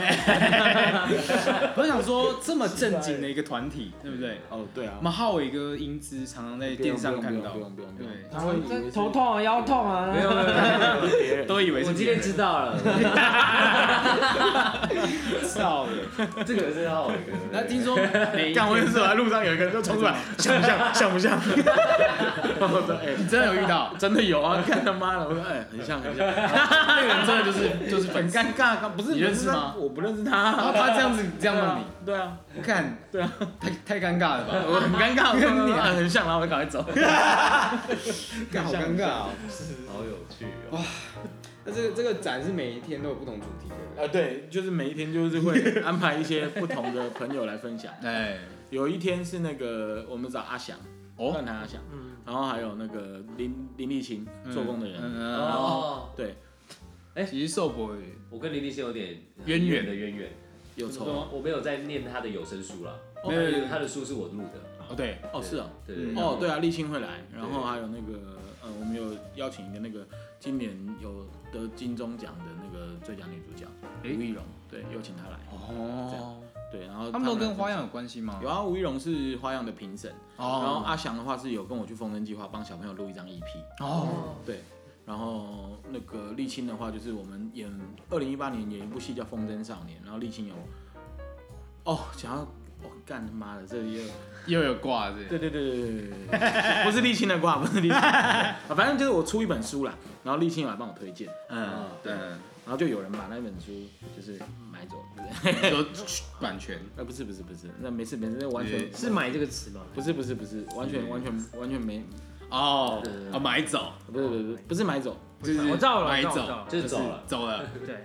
Speaker 1: 我想说，这么正经的一个团体，对不对？
Speaker 2: 哦对啊
Speaker 1: 我，们浩伟哥英姿常常在电视上看到
Speaker 2: 不，用不用不用，不用
Speaker 1: 对
Speaker 2: 他会以为是
Speaker 4: 头痛啊，腰痛啊。
Speaker 3: 没有没有，没有
Speaker 2: 别人。
Speaker 1: 都以为
Speaker 3: [laughs] 我
Speaker 1: 是
Speaker 3: 今天知道了，
Speaker 1: [laughs] 知道的。
Speaker 3: 这个是浩伟哥。
Speaker 1: 那听说每一
Speaker 2: 干我也
Speaker 1: 天
Speaker 2: 是，我在路上有一个人就冲出
Speaker 1: [laughs]
Speaker 2: 来，像不啊像？像不 [laughs] 像？我说哎、
Speaker 1: 你真的有遇到，
Speaker 2: 真的有啊！看他妈的，我说哎、很像很像，
Speaker 1: 那个人真的 [laughs] 就是就是粉
Speaker 2: 很
Speaker 1: 丝，
Speaker 2: 尴尬， [laughs] 不是
Speaker 1: 你认识吗
Speaker 2: 我不认识
Speaker 1: 然
Speaker 2: 他，
Speaker 1: 后他这样子这样弄你，啊
Speaker 2: 对啊，
Speaker 1: 我 [laughs] 看
Speaker 2: 对啊，
Speaker 1: 太太尴尬了吧？
Speaker 2: 我很尴尬，我
Speaker 1: 跟
Speaker 2: 说
Speaker 1: 你啊
Speaker 2: 啊很像，然后我就赶 [laughs] 快走。
Speaker 1: 干好尴尬哦。
Speaker 3: 好有趣哦。
Speaker 1: [laughs] 那这个这个展是每一天都有不同主题的，
Speaker 2: 呃，对，就是每一天就是会安排一些不同的朋友来分享。 [laughs]
Speaker 1: 哎，
Speaker 2: 有一天是那个我们找阿翔，
Speaker 1: 哦
Speaker 2: 乱谈阿翔，
Speaker 4: 嗯，
Speaker 2: 然后还有那个林林立清
Speaker 1: 嗯
Speaker 2: 做工的人，
Speaker 1: 人
Speaker 3: 哦，
Speaker 2: 对，
Speaker 1: 其实寿伯也
Speaker 3: 我跟林立先有点
Speaker 1: 渊源
Speaker 3: 的渊源，
Speaker 2: 有
Speaker 3: 怎么
Speaker 2: 仇
Speaker 3: 说我没有在念他的有声书了，
Speaker 1: 没
Speaker 3: 因
Speaker 1: 有
Speaker 3: 为他的书是我录的，
Speaker 1: 哦，对，
Speaker 2: 哦，是哦，
Speaker 3: 对
Speaker 1: 嗯
Speaker 3: 对
Speaker 2: 哦，对啊，沥青会来，然后还有那个呃，我们有邀请一个那个今年有得金钟奖的那个最佳女主角吴
Speaker 1: 诶
Speaker 2: 亦蓉，对，有请她来，这
Speaker 1: 哦，
Speaker 2: 对，然后
Speaker 1: 他们都
Speaker 2: 俩
Speaker 1: 跟花样有关系吗
Speaker 2: 有？啊，吴亦蓉是花样的评审，然后
Speaker 1: 哦
Speaker 2: 阿翔的话是有跟我去风筝计划帮小朋友录一张 EP，
Speaker 1: 哦，
Speaker 2: 对，然后那个沥青的话就是我们演二零一八年演一部戏叫《风筝少年》，然后沥青有哦想要哦干他妈的这里又。
Speaker 1: 又有挂是不是
Speaker 2: 对对对对对对对，
Speaker 1: [laughs]
Speaker 2: 不是沥青的挂，不是沥青的挂，啊 [laughs] 反正就是我出一本书啦，然后沥青有来帮我推荐，嗯，
Speaker 3: 啊
Speaker 1: 对，
Speaker 2: 然后就有人把那本书就是买走，对不对？ [laughs]
Speaker 1: 有版权，
Speaker 2: 呃，不是不是不是，那没事没事，那完全
Speaker 1: 也
Speaker 4: 是买这个词吗？
Speaker 2: 不是不是不是，完全完全完全没，
Speaker 1: 哦
Speaker 3: 对对对
Speaker 1: 哦，买走，
Speaker 2: 不是不是不是不是买走，
Speaker 1: 就是
Speaker 4: 我知道了，
Speaker 1: 买
Speaker 4: 我知道
Speaker 1: 走
Speaker 4: 了，
Speaker 3: 就是走了，
Speaker 1: 走了。
Speaker 4: 对，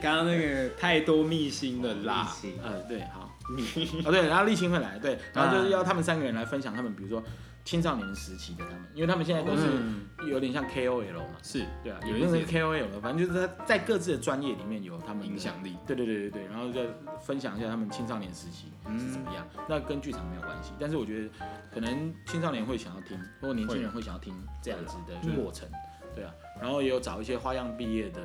Speaker 1: 刚刚那个太多秘辛了
Speaker 4: [laughs]
Speaker 1: 啦，
Speaker 3: 一起
Speaker 2: 呃，对，好，你 [laughs] 哦对，然后沥青会来，对，然后
Speaker 1: 啊
Speaker 2: 就是要他们三个人来分享他们，比如说青少年时期的他们，因为他们现在都
Speaker 1: 嗯
Speaker 2: 是有点像 KOL 嘛，
Speaker 1: 是
Speaker 2: 对啊，
Speaker 1: 有
Speaker 2: 有
Speaker 1: 一些
Speaker 2: 一些 KOL 的，反正就是在在各自的专业里面有他们的
Speaker 1: 影响力，
Speaker 2: 对对对对对，然后再分享一下他们青少年时期
Speaker 1: 嗯
Speaker 2: 是怎么样。那跟剧场没有关系，但是我觉得可能青少年会想要听，或者年轻人会想要听这样子
Speaker 1: 啊
Speaker 2: 的过程，对啊。然后也有找一些花样毕业的，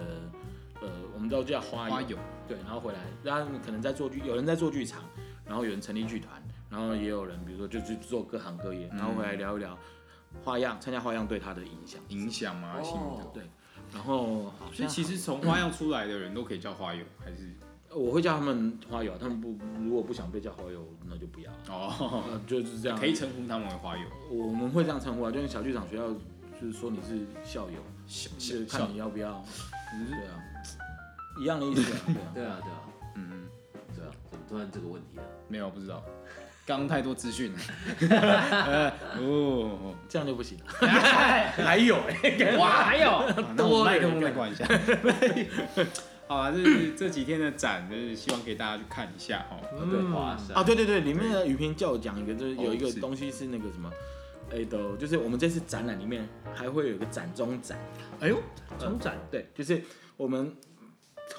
Speaker 2: 呃，我们都叫花
Speaker 1: 花
Speaker 2: 友，
Speaker 1: 友，
Speaker 2: 对，然后回来，然后可能在做剧，有人在做剧场，然后有人成立剧团，然后也有人比如说就去做各行各
Speaker 1: 嗯
Speaker 2: 业，然后回来聊一聊花样，参加花样对他的影响，
Speaker 1: 影响嘛，心
Speaker 3: 哦
Speaker 1: 得。
Speaker 2: 对。然后好
Speaker 1: 所以
Speaker 2: 像
Speaker 1: 其实从花样出来的人都可以叫花友，还是
Speaker 2: 我会叫他们花友，他们不如果不想被叫花友，那就不要。
Speaker 1: 哦， [laughs]
Speaker 2: 呃，就是这样，
Speaker 1: 可以称呼他们为花友。
Speaker 2: 我们会这样称呼啊，就是小剧场学校，就是说你是校友，
Speaker 1: 小
Speaker 2: 就是
Speaker 1: 小
Speaker 2: 看
Speaker 1: 小
Speaker 2: 你要不要，
Speaker 1: [laughs] 嗯
Speaker 2: 对啊，一样的
Speaker 1: [laughs]
Speaker 2: 意思啊，对啊，
Speaker 3: 对啊对啊
Speaker 1: 嗯，
Speaker 3: 对啊，怎么突然这个问题了？
Speaker 1: 没有不知道， [laughs] 刚太多资讯 [laughs] 了。呃 [laughs] 哦，
Speaker 2: 这样就不行了。还有哎、
Speaker 4: 哇，还有
Speaker 1: 那我
Speaker 2: 多
Speaker 1: 麦
Speaker 2: 了
Speaker 1: 克风
Speaker 2: 一
Speaker 1: 再
Speaker 2: 个
Speaker 1: 关一下。对 [laughs] 好啊，这是这几天的展，就是希望给大家去看一下哦。
Speaker 2: 对
Speaker 4: 嗯
Speaker 3: 华
Speaker 2: 啊，
Speaker 3: 山
Speaker 2: 对对对，里面的雨萍叫我讲一个，就是有一
Speaker 1: 哦
Speaker 2: 个
Speaker 1: 是
Speaker 2: 东西是那个什么，哎、都就是我们这次展览里面还会有一个展中展，
Speaker 1: 哎呦，
Speaker 4: 重展
Speaker 2: 对，就是我们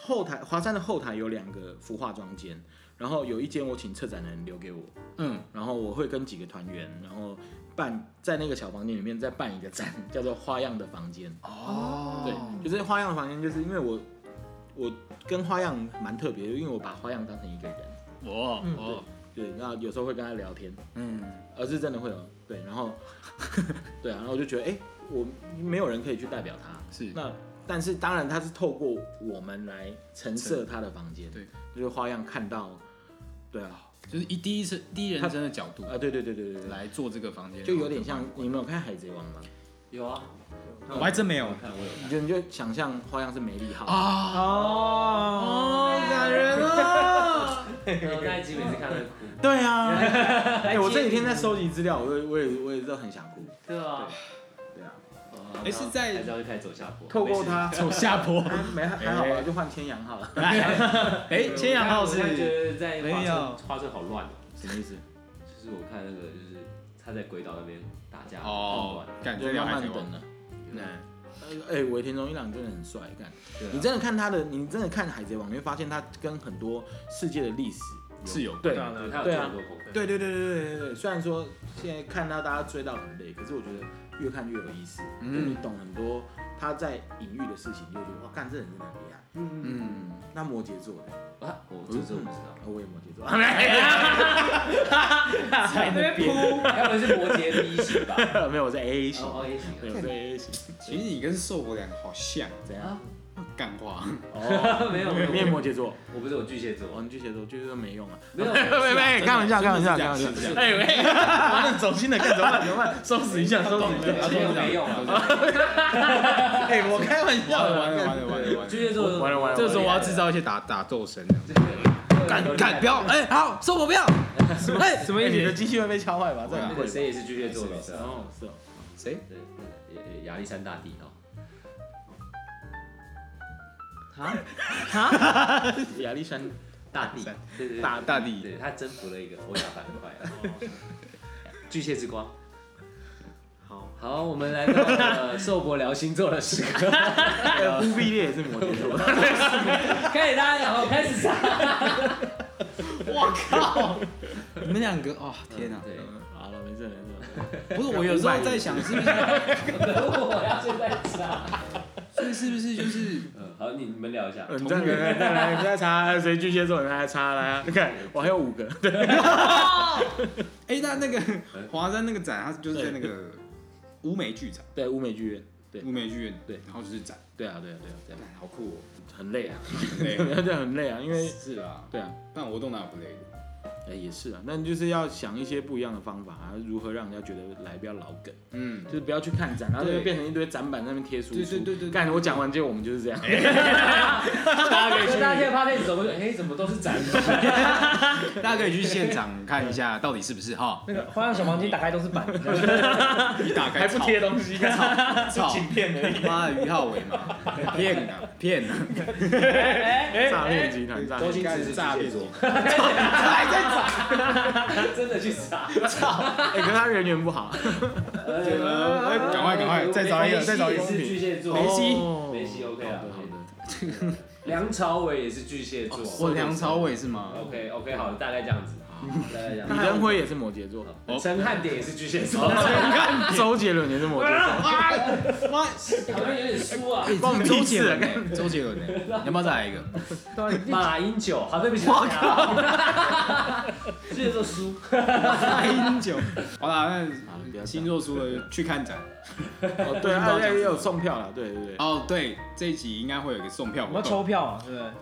Speaker 2: 后台华山的后台有两个服化妆间，然后有一间我请策展人留给我，
Speaker 1: 嗯，
Speaker 2: 然后我会跟几个团员，然后办在那个小房间里面再办一个展，叫做花样的房间。
Speaker 1: 哦
Speaker 2: 对，就是花样的房间，就是因为我我跟花样蛮特别的，因为我把花样当成一个人，
Speaker 1: 我
Speaker 4: 嗯
Speaker 1: 哦，
Speaker 2: 对，那有时候会跟他聊天，
Speaker 1: 嗯，
Speaker 2: 而是真的会有对，然后 [laughs] 对啊，然后我就觉得哎、诶我没有人可以去代表他，
Speaker 1: 是
Speaker 2: 那但是当然他是透过我们来陈设他的房间，
Speaker 1: 对，
Speaker 2: 就是花样看到，对啊，
Speaker 1: 就是以第一次第一人称的角度
Speaker 2: 啊对对对对对对，
Speaker 1: 来做这个房间，
Speaker 2: 就有点像你们有看海贼王吗？
Speaker 3: 有啊，
Speaker 1: 我还真没有
Speaker 3: 我看我有
Speaker 2: 你
Speaker 3: 看，
Speaker 2: 就你就想象花样是梅丽号，
Speaker 1: 啊。
Speaker 4: 哦，
Speaker 2: 感人哦。
Speaker 1: [laughs]
Speaker 3: 我呃那一集每次看都哭，
Speaker 2: 对 [laughs] 啊，哎、我这几天在收集资料，我也我也我也是很想哭。
Speaker 3: 对啊，
Speaker 2: 对啊，
Speaker 3: 哦
Speaker 1: 哎是在
Speaker 3: 还是要开始走下坡，
Speaker 2: 透过他，
Speaker 1: 走下 [laughs] 坡。
Speaker 2: 没还好吧，就换千阳好了。
Speaker 1: 哎，千阳老
Speaker 3: 我看
Speaker 1: 师，
Speaker 3: 觉得在花
Speaker 1: 没有
Speaker 3: 车花车好乱哦，
Speaker 2: 什么意思？ [laughs]
Speaker 3: 就是我看那个就是他在鬼岛那边打架，
Speaker 1: 哦
Speaker 3: 很乱，
Speaker 1: 感觉
Speaker 2: 就
Speaker 1: 聊
Speaker 2: 慢
Speaker 1: 海
Speaker 2: 慢
Speaker 1: 贼
Speaker 2: 等
Speaker 1: 王。
Speaker 2: 了。
Speaker 1: 嗯
Speaker 2: 哎、尾田荣一郎真的很帅，干，
Speaker 3: 对啊
Speaker 2: 你真的看他的，你真的看《海贼王》，你会发现他跟很多世界的历史。
Speaker 1: 是有
Speaker 2: 对
Speaker 4: 啊
Speaker 3: 对
Speaker 4: 啊
Speaker 3: 他有
Speaker 2: 对
Speaker 3: 做
Speaker 2: 啊
Speaker 3: 很多功课，
Speaker 2: 对对对对对对对，虽然说现在看到大家追到很累，可是我觉得越看越有意思，
Speaker 1: 嗯
Speaker 2: 就你懂很多他在隐喻的事情，你就觉得哇，干这人真的很厉害。
Speaker 1: 嗯，
Speaker 2: 那摩羯座的，
Speaker 3: 啊，我
Speaker 2: 嗯
Speaker 3: 这这我不知道。
Speaker 2: [laughs] 我也摩羯座，
Speaker 4: 在那边 [laughs] 铺，
Speaker 3: 该不会是摩羯 B 型吧？
Speaker 2: [laughs] 没有，我是 A 型，
Speaker 3: 哦，A 型
Speaker 2: 对，我是 A 型。
Speaker 1: 其实你跟寿伯两个好像，
Speaker 2: 怎样？
Speaker 3: 啊，
Speaker 1: 干话。
Speaker 2: 哦，
Speaker 3: [laughs] 没有
Speaker 2: 你
Speaker 3: 没
Speaker 2: 也
Speaker 3: 有，
Speaker 2: 摩羯座，
Speaker 3: 我不是我巨蟹座
Speaker 2: [laughs] 哦，，你巨蟹座，巨蟹座 [laughs] 没用啊。
Speaker 3: 没有，
Speaker 2: 喂喂，开玩笑，开玩笑，
Speaker 1: 真
Speaker 2: 开
Speaker 1: 的
Speaker 2: 玩
Speaker 1: 是
Speaker 2: 笑
Speaker 1: 这样是。这
Speaker 2: 哎喂，完了，走心的，干怎么办？怎么办？收拾一下，收拾一下。
Speaker 3: 巨蟹座没用啊，
Speaker 2: 哎，我开玩笑
Speaker 1: 完
Speaker 2: 的，
Speaker 1: 了完了完了完了完了！
Speaker 3: 巨蟹座
Speaker 2: 完了完了
Speaker 1: 这时候我要制造一些打打斗声，
Speaker 3: 干
Speaker 1: 干不要！哎，好，寿伯不要。
Speaker 2: 哎，
Speaker 4: 什么意
Speaker 2: 哎
Speaker 4: 思
Speaker 2: 你的机器会被敲坏吧？这样
Speaker 3: 那
Speaker 2: 会
Speaker 3: 个。谁也是巨蟹座的，是啊
Speaker 2: 哦， [laughs] 是哦。
Speaker 1: 谁？
Speaker 3: 对，对对亚历山大帝哦，
Speaker 2: 亚历 [laughs] 山
Speaker 3: 大帝，对对
Speaker 1: 大大帝
Speaker 3: 对他啊征服了一个欧亚板块，巨蟹之光，
Speaker 2: 好，
Speaker 3: 好，我们来到呃寿伯聊星座的时刻，
Speaker 2: 呃忽必烈也是摩羯座，
Speaker 3: 开始大家好，开始上。
Speaker 1: 你们两个哦，天哪！
Speaker 3: 对，
Speaker 2: [laughs] 好了，没事没 [laughs] 事。
Speaker 1: 不是我有时候在想，是不是
Speaker 3: 我要现在查。
Speaker 1: 这是不是就是
Speaker 3: 嗯，好，你你们聊一下。
Speaker 2: 呃
Speaker 1: 嗯
Speaker 2: 你再来再来你再查，谁巨蟹座你还查来啊？你看我还有五个，对，
Speaker 1: 哎，那那个华山那个展，它就是在那个乌梅剧场，
Speaker 2: [laughs] 对，乌美剧院，对
Speaker 1: 乌梅剧院
Speaker 2: 对
Speaker 1: 然后就是展，
Speaker 2: 对啊对啊对啊对啊，
Speaker 1: 干好酷
Speaker 2: 很累啊，
Speaker 1: 哦，累
Speaker 2: [laughs] 对，对很累啊，因为
Speaker 1: 是啊，
Speaker 2: [laughs] 对啊，
Speaker 1: 办活动哪有不累的？
Speaker 2: 哎也是啊，那你就是要想一些不一样的方法啊，如何让人家觉得来不要老梗，
Speaker 1: 嗯，
Speaker 2: 就是不要去看展，然后就
Speaker 1: 对
Speaker 2: 会变成一堆展板在那边贴书，
Speaker 1: 对对对对对
Speaker 2: 干我讲完结果我们就是这样，
Speaker 3: 大家可以 [laughs] 去。大家现在趴在怎么？哎，怎么都是展示？
Speaker 1: 大家可以去现场看一下，到底是不是哈？
Speaker 4: 那个花样小房间打开都是板，
Speaker 1: 一打开
Speaker 2: 还不贴东
Speaker 4: [laughs]
Speaker 2: 西，干
Speaker 1: 操，片妈的于浩伟嘛，骗啊骗啊，
Speaker 4: 哎
Speaker 2: 诈骗集团诈
Speaker 3: 周
Speaker 2: 骗
Speaker 3: 星
Speaker 2: 集
Speaker 1: 应
Speaker 2: 团。
Speaker 1: 该
Speaker 3: 驰
Speaker 1: 是
Speaker 3: 是
Speaker 1: 诈
Speaker 3: 诈
Speaker 1: 骗集
Speaker 3: 骗
Speaker 1: [laughs]
Speaker 3: 座，
Speaker 1: 还在找
Speaker 3: 真的
Speaker 1: [laughs]
Speaker 3: 去查。
Speaker 2: 哎，可是他人缘不好，
Speaker 1: 哎赶快赶快再找一个再找一个
Speaker 3: 哦梅西也是巨蟹座，
Speaker 1: 梅西
Speaker 2: 哦
Speaker 3: 梅西 OK 啊
Speaker 2: 好的好的。
Speaker 3: 梁朝伟也是巨蟹座。
Speaker 1: 我哦梁朝伟是吗？
Speaker 3: OK OK，好，大概这样子，大概这样
Speaker 2: 李 [laughs]
Speaker 3: 子。
Speaker 2: 登辉也是摩羯座，
Speaker 3: 陈汉典也是巨蟹座，
Speaker 2: 周杰伦也是摩羯
Speaker 1: [laughs]
Speaker 2: 座，
Speaker 1: 哇，
Speaker 3: 好像有点输啊。
Speaker 1: 帮我们哎周杰伦欸周杰伦欸，你要不要再来一个？ [laughs]
Speaker 3: 马英九，好，对不啊起，我靠，巨蟹座输。
Speaker 1: 马英九，好啦，
Speaker 2: 好了不要
Speaker 1: 那
Speaker 2: 讲
Speaker 1: 星座输了去看展。
Speaker 2: 哦对，
Speaker 1: 不知道
Speaker 2: 啊
Speaker 1: 讲什么
Speaker 2: 也有送票啦，对对对，
Speaker 1: 哦，对，这一集应该会有一个送票
Speaker 4: 我
Speaker 1: 活
Speaker 4: 们要抽
Speaker 1: 动，
Speaker 4: 票啊，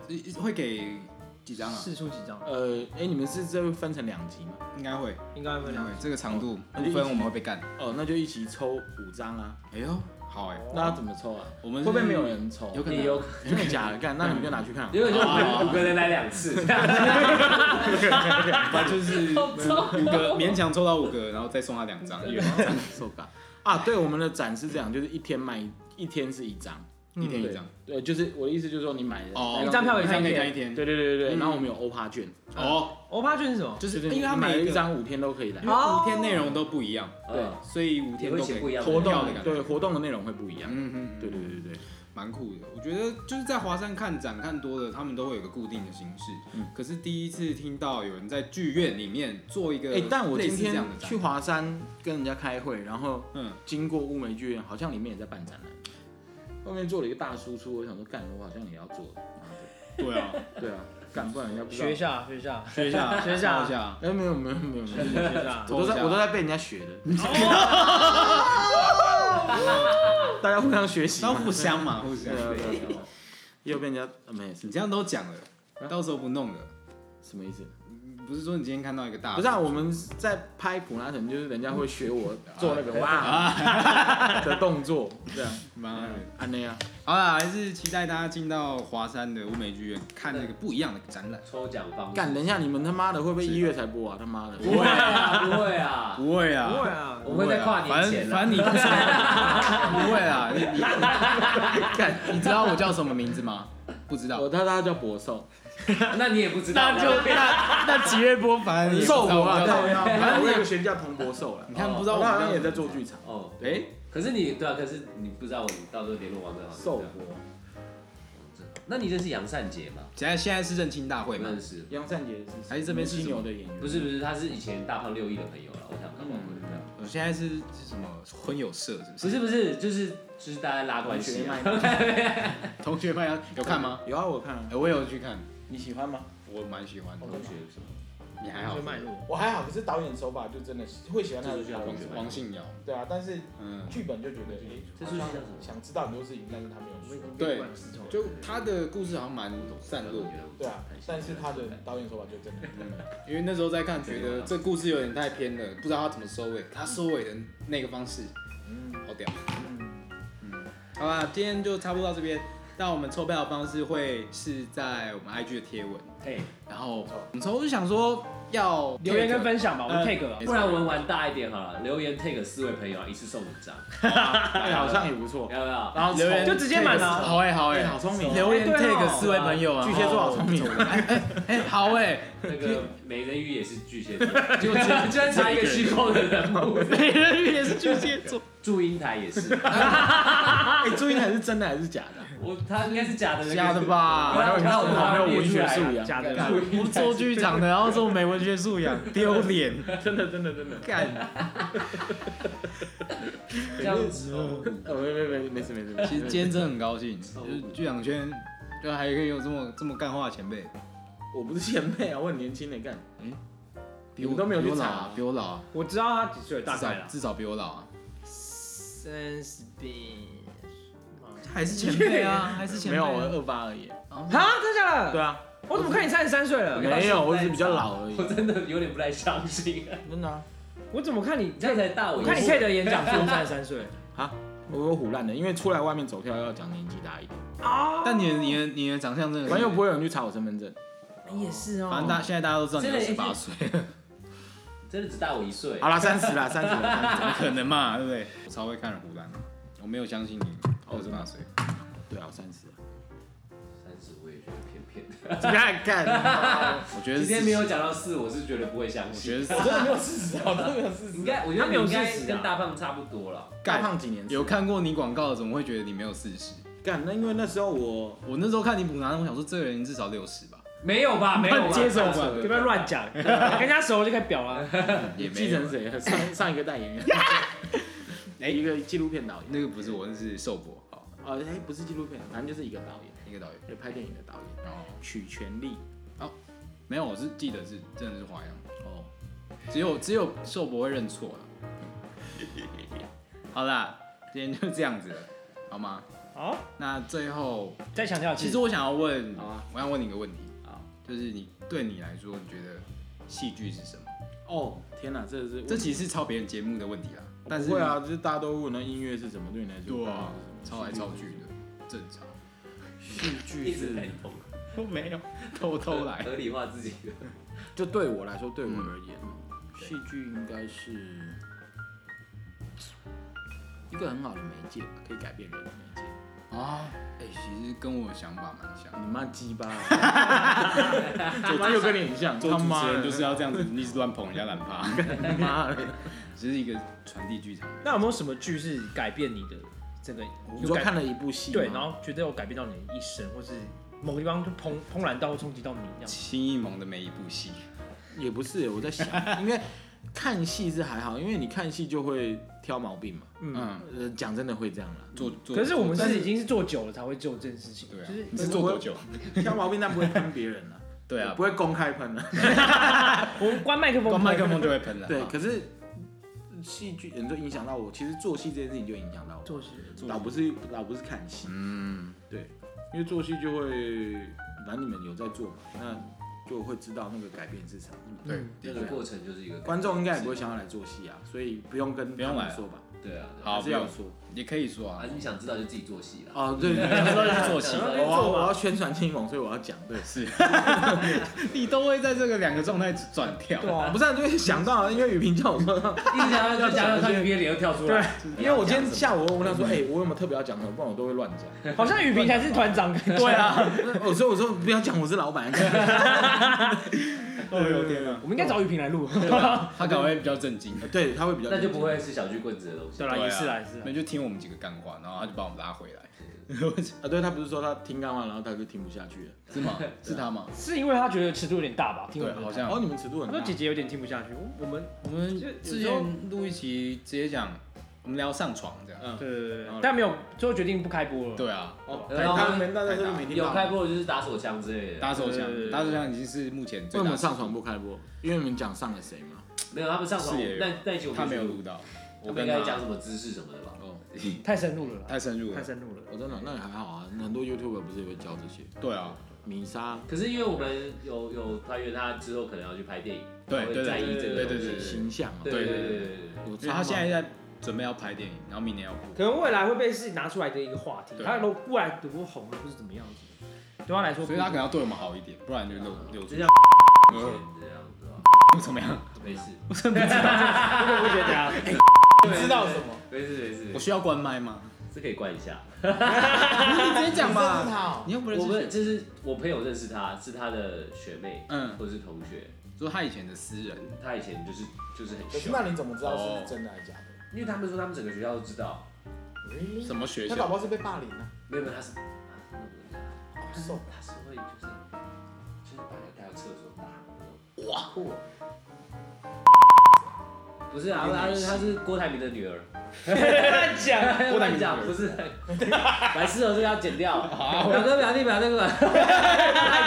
Speaker 4: 对不
Speaker 1: 会给几张
Speaker 4: 对？
Speaker 1: 啊？
Speaker 4: 试出几张，
Speaker 2: 呃，哎，你们是这会分成两集吗？
Speaker 1: 应该会，
Speaker 4: 应该会
Speaker 1: 应该
Speaker 4: 两
Speaker 1: 会。这个长度不分我们会被干。
Speaker 2: 哦，那就一起抽五张啊，
Speaker 1: 哎呦，好哎，
Speaker 2: 那要怎么抽啊？
Speaker 1: 我们
Speaker 2: 会
Speaker 1: 是
Speaker 2: 不会没有？人抽？啊
Speaker 1: 有可
Speaker 3: 你
Speaker 1: 能
Speaker 3: 有，
Speaker 2: 真的假的？干，那你们就拿去看啊。 [laughs]
Speaker 3: 因为就五个人来两次，这样
Speaker 1: 反正就是五个勉强抽到五个，然后再送他
Speaker 2: [laughs]
Speaker 1: 两张，一人一张，
Speaker 2: 手感啊，对，我们的展是这样，就是一天卖一一天是一张，
Speaker 1: 一天一张。
Speaker 2: 嗯对，就是我的意思就是说你买的
Speaker 1: 哦，
Speaker 4: 一张票
Speaker 1: 一张可
Speaker 4: 可
Speaker 1: 以
Speaker 4: 以
Speaker 1: 看
Speaker 4: 看
Speaker 1: 一
Speaker 4: 一
Speaker 1: 天。
Speaker 2: 对对对对对，
Speaker 1: 嗯
Speaker 2: 然后我们有欧趴券，
Speaker 1: 哦，
Speaker 4: 欧巴券是什么？
Speaker 1: 就是
Speaker 2: 就是
Speaker 1: 因为他
Speaker 2: 买
Speaker 1: 每
Speaker 2: 一
Speaker 1: 一张
Speaker 2: 张五天都可以来
Speaker 4: 哦，
Speaker 1: 五天内容都不一样，
Speaker 2: 对
Speaker 3: 嗯
Speaker 1: 所以五天都可
Speaker 3: 也会写不一
Speaker 1: 以
Speaker 3: 样
Speaker 1: 投
Speaker 2: 活
Speaker 1: 嗯票的感
Speaker 2: 动
Speaker 1: 觉。
Speaker 2: 对活动的内容会不一样。
Speaker 1: 嗯嗯，
Speaker 2: 对对对对对，
Speaker 1: 蛮酷的。我觉得就是在华山看展看多了，他们都会有个固定的形式。
Speaker 2: 嗯
Speaker 1: 可是第一次听到有人在剧院里面做一个
Speaker 2: 哎、但我
Speaker 1: 类
Speaker 2: 今
Speaker 1: 似这
Speaker 2: 天
Speaker 1: 样的展
Speaker 2: 去，华山跟人家开会，然后
Speaker 1: 嗯，
Speaker 2: 经过乌梅剧院，好像里面也在办展览，后面做了一个大输出，我想说干，我好像也要做，
Speaker 1: 对啊，
Speaker 2: 对啊，干不然人家不知道
Speaker 4: 学一。下，学一下，
Speaker 1: 学一下，
Speaker 4: 学一下
Speaker 1: 抄一下。
Speaker 2: 哎、没有没有没有没有，
Speaker 1: [laughs]
Speaker 4: 学哦一下。
Speaker 2: 我
Speaker 1: 偷
Speaker 2: 都
Speaker 1: 一
Speaker 2: 在
Speaker 1: 下
Speaker 2: 我都在被人家学的，大家互相学习嘛。
Speaker 1: [laughs] 都互相嘛，互
Speaker 2: 对
Speaker 1: 相。
Speaker 2: 啊对啊对啊也有被人家呃没有是
Speaker 1: 你这样都讲了，到时候不弄了，
Speaker 2: 什么意思？
Speaker 1: 不是说你今天看到一个大，
Speaker 2: 不是啊，我们在拍普拉腾，就是人家会学我做那个
Speaker 1: 啊
Speaker 2: 哇啊的动作，这样
Speaker 1: 妈的。
Speaker 2: 安那样。
Speaker 1: 好啦，还是期待大家进到华山的乌梅剧院看这个不一样的展览。
Speaker 3: 抽奖方式。
Speaker 2: 干，等一下你们他妈的会不会一月才播啊？他妈的！
Speaker 3: 不会啊，不会
Speaker 2: [laughs]
Speaker 3: 啊，
Speaker 1: 不会
Speaker 4: 不
Speaker 1: 啊，
Speaker 4: 会啊，
Speaker 3: 我们会在跨年
Speaker 1: 反正
Speaker 3: 前啦
Speaker 1: 反正你不知道不会啦，你你干你知道我叫什么名字吗？不知道
Speaker 2: 我，他他叫博寿，
Speaker 3: 那你也不知道。
Speaker 1: 那那几月播，反正你也不知道
Speaker 2: 寿博啊，
Speaker 1: 我叫什么
Speaker 2: 对啊，反正我有个学叫彭博寿了
Speaker 1: 你。看
Speaker 3: 哦
Speaker 1: 不知道
Speaker 2: 他
Speaker 1: 我
Speaker 2: 好像
Speaker 1: 叫
Speaker 2: 也在做剧场，
Speaker 3: 哦，
Speaker 1: 哎，
Speaker 3: 可是你对啊，可是你不知道你到时候联络王哥好
Speaker 2: 寿
Speaker 3: 像
Speaker 2: 博
Speaker 3: 是这样。那你认识杨善杰吗？
Speaker 1: 现在现在是认清大会
Speaker 3: 不
Speaker 1: 嘛
Speaker 3: 认？识，
Speaker 2: 杨善杰是
Speaker 1: 还是这边是
Speaker 2: 犀
Speaker 1: 什么
Speaker 2: 牛的演员，
Speaker 3: 不是不是，他是以前大胖六亿的朋友了。我想看王
Speaker 2: 嗯
Speaker 3: 哥这样。
Speaker 1: 我现在是是什么婚友社是不
Speaker 3: 不
Speaker 1: 是？
Speaker 3: 是不是，就是就是大家拉关系啊。
Speaker 1: 同学麦有看吗？
Speaker 2: 有啊，我看啊，
Speaker 1: 哎，我有去看，
Speaker 2: 你喜欢吗？
Speaker 1: 我蛮喜欢的
Speaker 3: 同。学什么？
Speaker 1: 你还好
Speaker 4: 就？脉络。
Speaker 2: 我还好，可是导演手法就真的会喜欢
Speaker 3: 他的这就是导演手法
Speaker 1: 王信尧，
Speaker 2: 对啊，但是
Speaker 1: 嗯，
Speaker 2: 剧本就觉得，
Speaker 3: 这出戏叫什么？
Speaker 2: 想知道很多事情，但是他没有说。
Speaker 1: 对
Speaker 4: 不管是从
Speaker 1: 就他的故事好像蛮散落的。
Speaker 2: 对啊，但是他的导演手法就真的，
Speaker 1: 因为那时候在看，觉得这故事有点太偏了，不知道他怎么收尾。他收尾的那个方式，
Speaker 2: 嗯，
Speaker 1: 好屌。嗯，好啦，今天就差不多到这边。但我们抽票的方式会是在我们 IG 的贴文，
Speaker 3: 嘿，
Speaker 1: 然后我们抽我就想说要
Speaker 4: 留言跟分享吧，我们
Speaker 1: 呃
Speaker 4: take 了
Speaker 1: 没。
Speaker 3: 不然我们玩大一点好了，留言 take 四位朋友，一次送五
Speaker 1: [laughs]
Speaker 3: 张，
Speaker 2: 哎好像也不错。
Speaker 3: 要不要？
Speaker 2: 然后
Speaker 1: 留言
Speaker 4: 就直接买了
Speaker 1: 好哎好哎，
Speaker 2: 哎好聪明
Speaker 1: 留言
Speaker 4: 哎对哦
Speaker 1: take 四位朋友啊，
Speaker 2: 巨蟹座好聪明，
Speaker 1: 哎好哎，
Speaker 3: 那个美人鱼也是巨
Speaker 1: [laughs]
Speaker 3: 蟹座， [laughs] 就居然居然差一个虚构的人物，
Speaker 1: 美人鱼也是巨蟹
Speaker 2: [laughs]
Speaker 1: 座，
Speaker 3: 祝英台也是，
Speaker 2: 哎，朱茵还是真的还是假的？
Speaker 3: 我他应该是假的，
Speaker 1: 假的？吧？
Speaker 2: [laughs]
Speaker 3: 然后然后我
Speaker 2: 好
Speaker 3: 把
Speaker 2: 没有
Speaker 3: 它列
Speaker 2: 文
Speaker 3: 出
Speaker 2: 学
Speaker 3: 来
Speaker 2: 素
Speaker 3: 了
Speaker 2: 养，
Speaker 4: 假的
Speaker 1: 干我们做剧场的，然后说没文学素养，丢脸，
Speaker 2: [laughs] 真的真的真的。
Speaker 1: 干。
Speaker 3: 这样子哦，
Speaker 2: 呃，没没没没事没事。没
Speaker 1: [laughs]
Speaker 2: 事
Speaker 1: 其实今天真的很高兴，
Speaker 2: 哦
Speaker 1: 就是剧场圈，就还可以有这么这么干话的前辈，
Speaker 2: 我不是前辈啊，我很年轻的干。
Speaker 1: 比我
Speaker 2: 你都没有去
Speaker 1: 比我
Speaker 2: 查
Speaker 1: 老啊，比我老啊，
Speaker 4: 我知道他几岁，大
Speaker 1: 至
Speaker 4: 概
Speaker 1: 少
Speaker 4: 啦，
Speaker 1: 至少比我老啊，
Speaker 4: 三十病。
Speaker 1: 还是前辈啊，还是前
Speaker 2: [laughs] 没
Speaker 1: 辈
Speaker 2: 有，
Speaker 1: 啊。
Speaker 2: 我二八而已。
Speaker 1: 哦
Speaker 4: 啊，真的假
Speaker 2: 对
Speaker 4: 的？
Speaker 2: 啊，
Speaker 4: 我怎么看你三十三岁了？
Speaker 2: 没有，我只是比较老而已
Speaker 3: 我。真的有点不太相信，
Speaker 2: 真的啊，
Speaker 4: 我怎么看你
Speaker 3: 你？这样才大我
Speaker 4: 我
Speaker 3: 一
Speaker 4: 看你
Speaker 3: 岁
Speaker 4: K 的演讲 [laughs] 说三十三岁
Speaker 2: 我我胡乱的，因为出来外面走跳要讲年纪大一点，
Speaker 4: 啊
Speaker 1: 但你的你的你的长相真的是，
Speaker 2: 反正又不会有人去查我身份证。
Speaker 4: 你也是哦，
Speaker 1: 反正大现在大家都知道你
Speaker 3: 真的
Speaker 1: 二十八岁，
Speaker 3: 真的只大我一岁
Speaker 2: 好，啦，三十啦，三十啦。
Speaker 1: 怎么 [laughs] 可能嘛，对不对？我超会看胡兰，啊我没有相信你二十八岁，
Speaker 2: 30对啊，三十。
Speaker 3: 三十我也觉得偏偏的。
Speaker 2: 干干，
Speaker 1: 我觉得
Speaker 3: 今
Speaker 1: 是啊
Speaker 3: 天没，有讲到四，我是绝对不会相
Speaker 1: 我
Speaker 3: 信。
Speaker 1: 觉得是 [laughs]
Speaker 2: 真的没有四十啊，我真的没有四
Speaker 3: 应
Speaker 2: 十。
Speaker 3: 该，我觉得
Speaker 4: 他
Speaker 3: 你
Speaker 4: 没有
Speaker 3: 应该
Speaker 4: 事实啊
Speaker 3: 跟大胖差不多了。
Speaker 2: 大胖几年？
Speaker 1: 有看过你广告的，怎么会觉得你没有四十？
Speaker 2: 干，那因为那时候我
Speaker 1: 我那时候看你补男，我想说这个人至少六十吧，
Speaker 3: 没有吧？没有吧？
Speaker 1: 接受吧
Speaker 3: 大
Speaker 4: 要
Speaker 3: 手
Speaker 4: 不要乱讲？ [laughs] 跟人家熟就可以表 [laughs] 啊。
Speaker 1: 也没
Speaker 2: 继
Speaker 1: 有
Speaker 2: 承谁？上上一个代言
Speaker 1: [laughs]
Speaker 2: 人，哎，一个纪录片导演。
Speaker 1: 那个不是我，那是寿博，好，
Speaker 2: 哦，哎，不是纪录片，反正就是一个导演，
Speaker 1: 一个导演，
Speaker 2: 对，拍电影的导演，
Speaker 1: 然后
Speaker 2: 取全力。
Speaker 1: 没有，我是记得是真的是华阳，
Speaker 2: 哦，
Speaker 1: 只有只有寿博会认错了。 [laughs] 好啦，今天就这样子了，好吗？
Speaker 4: 好，
Speaker 1: 那最后，
Speaker 4: 再强调一次，
Speaker 1: 其实我想要问，
Speaker 2: 好啊
Speaker 1: 我想问你一个问题，
Speaker 2: 好。
Speaker 1: 就是你对你来说，你觉得戏剧是什么？
Speaker 2: 哦，天哪，这是
Speaker 1: 这其实是抄别人节目的问题啦，但是
Speaker 2: 不会啊，就是大家都问那音乐是什么，对你来说，
Speaker 1: 对啊，抄来抄去的，正常。
Speaker 2: 戏剧
Speaker 3: 一
Speaker 2: 是
Speaker 3: 直雷同，
Speaker 1: 都 [laughs] 没有，偷偷来。
Speaker 3: 合理化自己的。
Speaker 2: 就对我来说，对我而言，
Speaker 1: 嗯
Speaker 2: 戏剧应该是一个很好的媒介，可以改变人的媒介。
Speaker 1: [laughs] 啊，哎、其实跟我想法蛮像。
Speaker 2: 你妈鸡巴！
Speaker 1: [laughs]
Speaker 2: 我妈又跟你很像，
Speaker 1: 做
Speaker 2: 他
Speaker 1: 主
Speaker 2: 妈
Speaker 1: 持人
Speaker 2: 的
Speaker 1: 就是要这样子，一直乱捧人家懒趴，
Speaker 2: 他妈的。
Speaker 1: 只是一个传递剧场的。
Speaker 4: 那有没有什么剧是改变你的这个？
Speaker 2: 你
Speaker 4: 有
Speaker 2: 说
Speaker 4: 改
Speaker 2: 看了一部戏吗，
Speaker 4: 对，然后觉得有改变到你的一生，或是某个地方就怦怦然到或冲击到你这样。
Speaker 1: 新艺盟的每一部戏，
Speaker 2: 也不是，我在想，因为看戏是还好，因为你看戏就会挑毛病嘛。
Speaker 4: 嗯，
Speaker 1: 嗯，
Speaker 2: 呃，讲真的会这样啦，
Speaker 1: 做做。
Speaker 4: 可是我们
Speaker 1: 做
Speaker 4: 是已经是做久了才会做这件事情，
Speaker 1: 对啊
Speaker 4: 就是，
Speaker 1: 你是做多久？
Speaker 2: 挑毛病但不会喷别人啊，
Speaker 1: 对啊
Speaker 2: 不，会公开喷啊。
Speaker 4: 我们关麦克风，
Speaker 1: 关麦克风就会喷了。
Speaker 2: 对，
Speaker 1: 啊
Speaker 2: 可是戏剧人就影响到我，其实做戏这件事情就影响到我，
Speaker 4: 做事。
Speaker 2: 老不是老不是看戏，
Speaker 1: 嗯，
Speaker 2: 对，因为做戏就会，反正你们有在做嘛，那就会知道那个改变是啥。
Speaker 1: 对的
Speaker 4: 嗯，
Speaker 3: 那
Speaker 1: 确
Speaker 3: 个过程就是一个
Speaker 2: 观众应该也不会想要来做戏啊，所以不用跟
Speaker 1: 不用来
Speaker 2: 他们说吧，
Speaker 3: 对啊。对啊
Speaker 1: 好
Speaker 2: 还是要说。
Speaker 1: 也可以说啊
Speaker 3: 啊，，你想知道就自己做戏啦。啊
Speaker 2: 哦， [laughs] 对，对
Speaker 1: 你
Speaker 2: 对
Speaker 1: 说是做戏哦
Speaker 4: 嗯
Speaker 3: 想，
Speaker 2: 我
Speaker 3: 知道
Speaker 2: 要我要宣传青盟，所以我要讲对。
Speaker 1: 是， [laughs] 你都会在这个两个状态转跳。
Speaker 4: 对啊
Speaker 2: 不是、啊，就会想到，因为雨萍叫我说，
Speaker 3: 一直讲要讲到他别脸又跳出来。
Speaker 2: 因为我今天下午我问他说，哎、我有没有特别要讲什么？不然我都会乱讲。
Speaker 4: 好像雨萍才是团长，
Speaker 1: [laughs]
Speaker 4: 对啊，
Speaker 2: 我说我说不要讲我是老板，
Speaker 1: 哦呦天啊！
Speaker 4: 我们应该找雨萍来录。
Speaker 1: 他搞会比较震惊。
Speaker 2: 对，他会比较
Speaker 3: 那就不会是小巨棍子的东西
Speaker 4: 对。啦，
Speaker 1: 对啊
Speaker 4: 也 [laughs] 是啦，也是啦
Speaker 1: 那。就听我们几个干话，然后他就把我们拉回来，
Speaker 2: 啊，对他不是说他听干话，然后他就听不下去了。
Speaker 1: 是
Speaker 4: [laughs]
Speaker 1: 吗？
Speaker 4: 啊
Speaker 1: 是他吗？
Speaker 4: 是因为他觉得尺度有点大吧？听我
Speaker 1: 啊对，
Speaker 4: 们的
Speaker 1: 好
Speaker 2: 然后
Speaker 1: 像
Speaker 2: 你们尺度很
Speaker 4: 他说
Speaker 2: 大
Speaker 4: 姐，姐有点听不下去，哦我我们
Speaker 1: 我们
Speaker 4: 就有
Speaker 1: 之
Speaker 4: 时候
Speaker 1: 前录一期直接讲，我们聊上床这样。
Speaker 2: 嗯，
Speaker 4: 对对对
Speaker 1: 然后
Speaker 4: 对，但没有最后决定不开播了。
Speaker 1: 哦对啊，
Speaker 2: 哦，
Speaker 3: 然后
Speaker 2: 他们大家都没听
Speaker 3: 有
Speaker 2: 到。
Speaker 3: 开播的就是打手枪之类的，
Speaker 1: 打手枪
Speaker 4: 对对对，对
Speaker 1: 打手枪已经是目前
Speaker 2: 为
Speaker 1: 最大
Speaker 2: 什么
Speaker 1: 的
Speaker 2: 上床不开播？因为你们讲上了谁嘛？
Speaker 3: 没有他们上床
Speaker 1: 是也有
Speaker 3: 那那一集我
Speaker 1: 他没有
Speaker 3: 去
Speaker 1: 录，到，
Speaker 3: 我
Speaker 1: 我
Speaker 3: 们
Speaker 1: 跟
Speaker 3: 应该
Speaker 1: 他
Speaker 3: 讲什么姿势什么的吧？
Speaker 1: 哦，
Speaker 4: 太深入了啦，
Speaker 1: 太深入
Speaker 4: 太
Speaker 1: 了。
Speaker 4: 深入了。
Speaker 2: 我真的那也还好啊，很多 YouTube 不是也会教这些。
Speaker 1: 对啊，
Speaker 2: 米莎、
Speaker 3: 可是因为我们有有团员，他之后可能要去拍电影，
Speaker 1: 对
Speaker 3: 他会
Speaker 1: 对对
Speaker 3: 在意这个
Speaker 1: 对对
Speaker 3: 东西
Speaker 1: 对
Speaker 2: 形象啊，
Speaker 3: 对对对对对
Speaker 1: 因
Speaker 2: 有
Speaker 1: 为
Speaker 2: 差
Speaker 1: 他
Speaker 2: 吗
Speaker 1: 现在在准备要拍电影，然后明年要播。
Speaker 4: 可能未来会被是拿出来的一个话题。
Speaker 1: 对
Speaker 4: 他如果未来如果红了，或是怎么样子，对他来说，
Speaker 1: 所以他可能要对我们好一点，不然就漏漏
Speaker 3: 就
Speaker 1: 出
Speaker 3: 像
Speaker 1: 呃
Speaker 3: 这样子啊，
Speaker 1: 怎么样？
Speaker 3: 没事，
Speaker 2: 不觉得啊？你知道什么？
Speaker 3: 没事，没事，
Speaker 1: 我需要关麦吗？
Speaker 3: 这可以关一下。
Speaker 1: 你直接讲
Speaker 2: 你认识他哦
Speaker 1: 吧，你又不认
Speaker 3: 我们
Speaker 1: 识。
Speaker 3: 这是我朋友认识他，是他的学妹，
Speaker 1: 嗯，
Speaker 3: 或是同学。
Speaker 1: 说他以前的私人，
Speaker 3: 他以前就是就是很
Speaker 5: 可是
Speaker 3: 凶，
Speaker 5: 那你怎么知道是不是真的还是假的
Speaker 3: 因为他们说他们整个学校都知道，
Speaker 5: ？Really？
Speaker 1: 什么学
Speaker 5: 他搞
Speaker 1: 校？
Speaker 5: 不好是被霸凌啊，
Speaker 3: 没有没有，他是
Speaker 5: 好瘦，
Speaker 3: 他是会就是就是把人带到厕所打那种。
Speaker 5: 哇酷哦，
Speaker 3: 不是啊，他是他是郭台铭的女儿。
Speaker 4: [laughs] 乱讲。
Speaker 3: 郭台铭讲不是，白痴哦，这个要剪掉。表哥表弟表那个，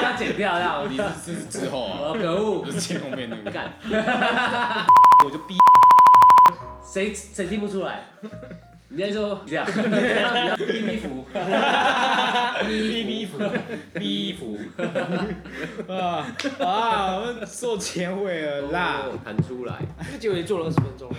Speaker 3: 要剪掉这样。
Speaker 1: 你是是之后
Speaker 3: [laughs]
Speaker 1: 啊，
Speaker 3: 我可恶
Speaker 1: 不，是前后面那个。
Speaker 3: 干，
Speaker 1: [laughs] 我就逼
Speaker 3: 谁谁听不出来？你在说这样，逼逼服，逼逼服，逼服，
Speaker 1: 啊啊！我们做结尾了啦。
Speaker 3: 弹出来。
Speaker 4: 这个结尾做了二十分钟了，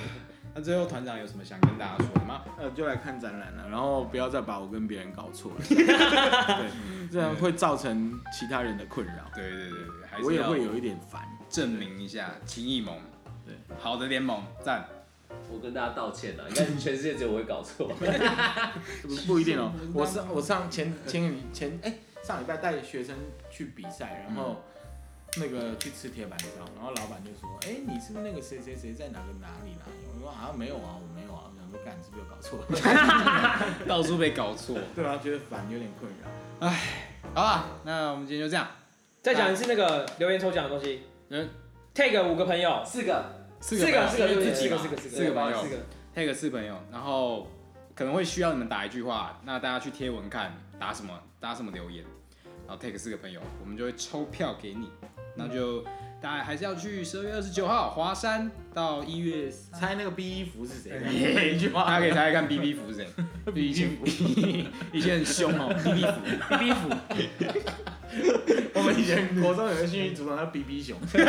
Speaker 1: 那最后团长有什么想跟大家说的吗？
Speaker 2: 呃，就来看展览了，然后不要再把我跟别人搞
Speaker 1: [laughs]
Speaker 2: 错了，对，这样会造成其他人的困扰，
Speaker 1: 对对对对，还是
Speaker 2: 我也
Speaker 1: 要
Speaker 2: 会有一点烦。
Speaker 1: 证明一下情谊盟，
Speaker 2: 对，
Speaker 1: 好的联盟赞。
Speaker 3: 我跟大家道歉了，应该是全世界只有我会搞错。
Speaker 2: 不不一定哦。我上我上前前个礼前哎、上礼拜带学生去比赛，然
Speaker 1: 嗯
Speaker 2: 后那个去吃铁板烧，然后老板就说：“哎、你是不是那个谁谁谁在哪个哪里哪里？”我说：“啊，没有啊，我没有啊。”我想说，干是不是有搞
Speaker 1: [laughs] [laughs]
Speaker 2: 错？
Speaker 1: 到处被搞错。
Speaker 2: 对啊，觉得烦，有点困扰。
Speaker 1: 好啦，那我们今天就这样，
Speaker 4: 再讲一次那个留言抽奖的东西。
Speaker 1: 嗯
Speaker 4: 嗯，tag 五个朋友，
Speaker 3: [laughs] 四个，
Speaker 1: 四
Speaker 4: 四个
Speaker 1: 个
Speaker 4: 四个
Speaker 1: 朋友
Speaker 4: 对
Speaker 1: 自己
Speaker 4: 四
Speaker 1: 嘛
Speaker 4: 个四个四个
Speaker 1: 四个朋友
Speaker 4: 四个，
Speaker 1: ，tag 四朋友，然后可能会需要你们打一句话，那大家去贴文看打什么打什么留言，然后 tag 四个朋友，我们就会抽票给你，
Speaker 4: 嗯
Speaker 1: 那就。大家还是要去十二月二十九号华山到一月三，
Speaker 2: 猜那个 B 衣服是谁？
Speaker 1: [laughs] 一句话，大家可以猜猜看 B B 服是 [laughs] 谁？以前 [laughs] 以前很凶
Speaker 4: [laughs]
Speaker 1: 哦，B B 服
Speaker 4: 逼服。
Speaker 2: 我们以前国中有个幸运组长叫 B B 熊，
Speaker 4: 真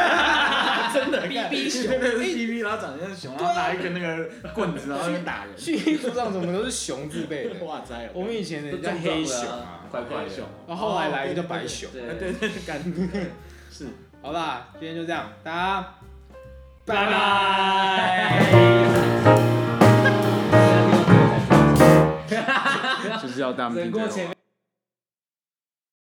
Speaker 2: [laughs]
Speaker 4: 的逼逼熊。
Speaker 2: 真的是 B B，然后长得像熊，然后拿一根那个棍子，然后就打人。
Speaker 1: 训衣组长怎么都是熊字辈的？
Speaker 2: 哇塞！
Speaker 1: 我们以前的
Speaker 3: 都
Speaker 1: 人叫
Speaker 3: 撞
Speaker 1: 黑
Speaker 3: 撞
Speaker 1: 熊
Speaker 3: 了
Speaker 1: 啊，
Speaker 3: 快快
Speaker 2: 熊
Speaker 3: 熊，
Speaker 1: 然后后来来一个叫白熊。
Speaker 3: 对
Speaker 2: 对对对，
Speaker 1: [laughs]
Speaker 2: 干
Speaker 1: 好吧，今天就这样，大家拜
Speaker 4: 拜
Speaker 1: 拜。就是要当
Speaker 3: 整过前面。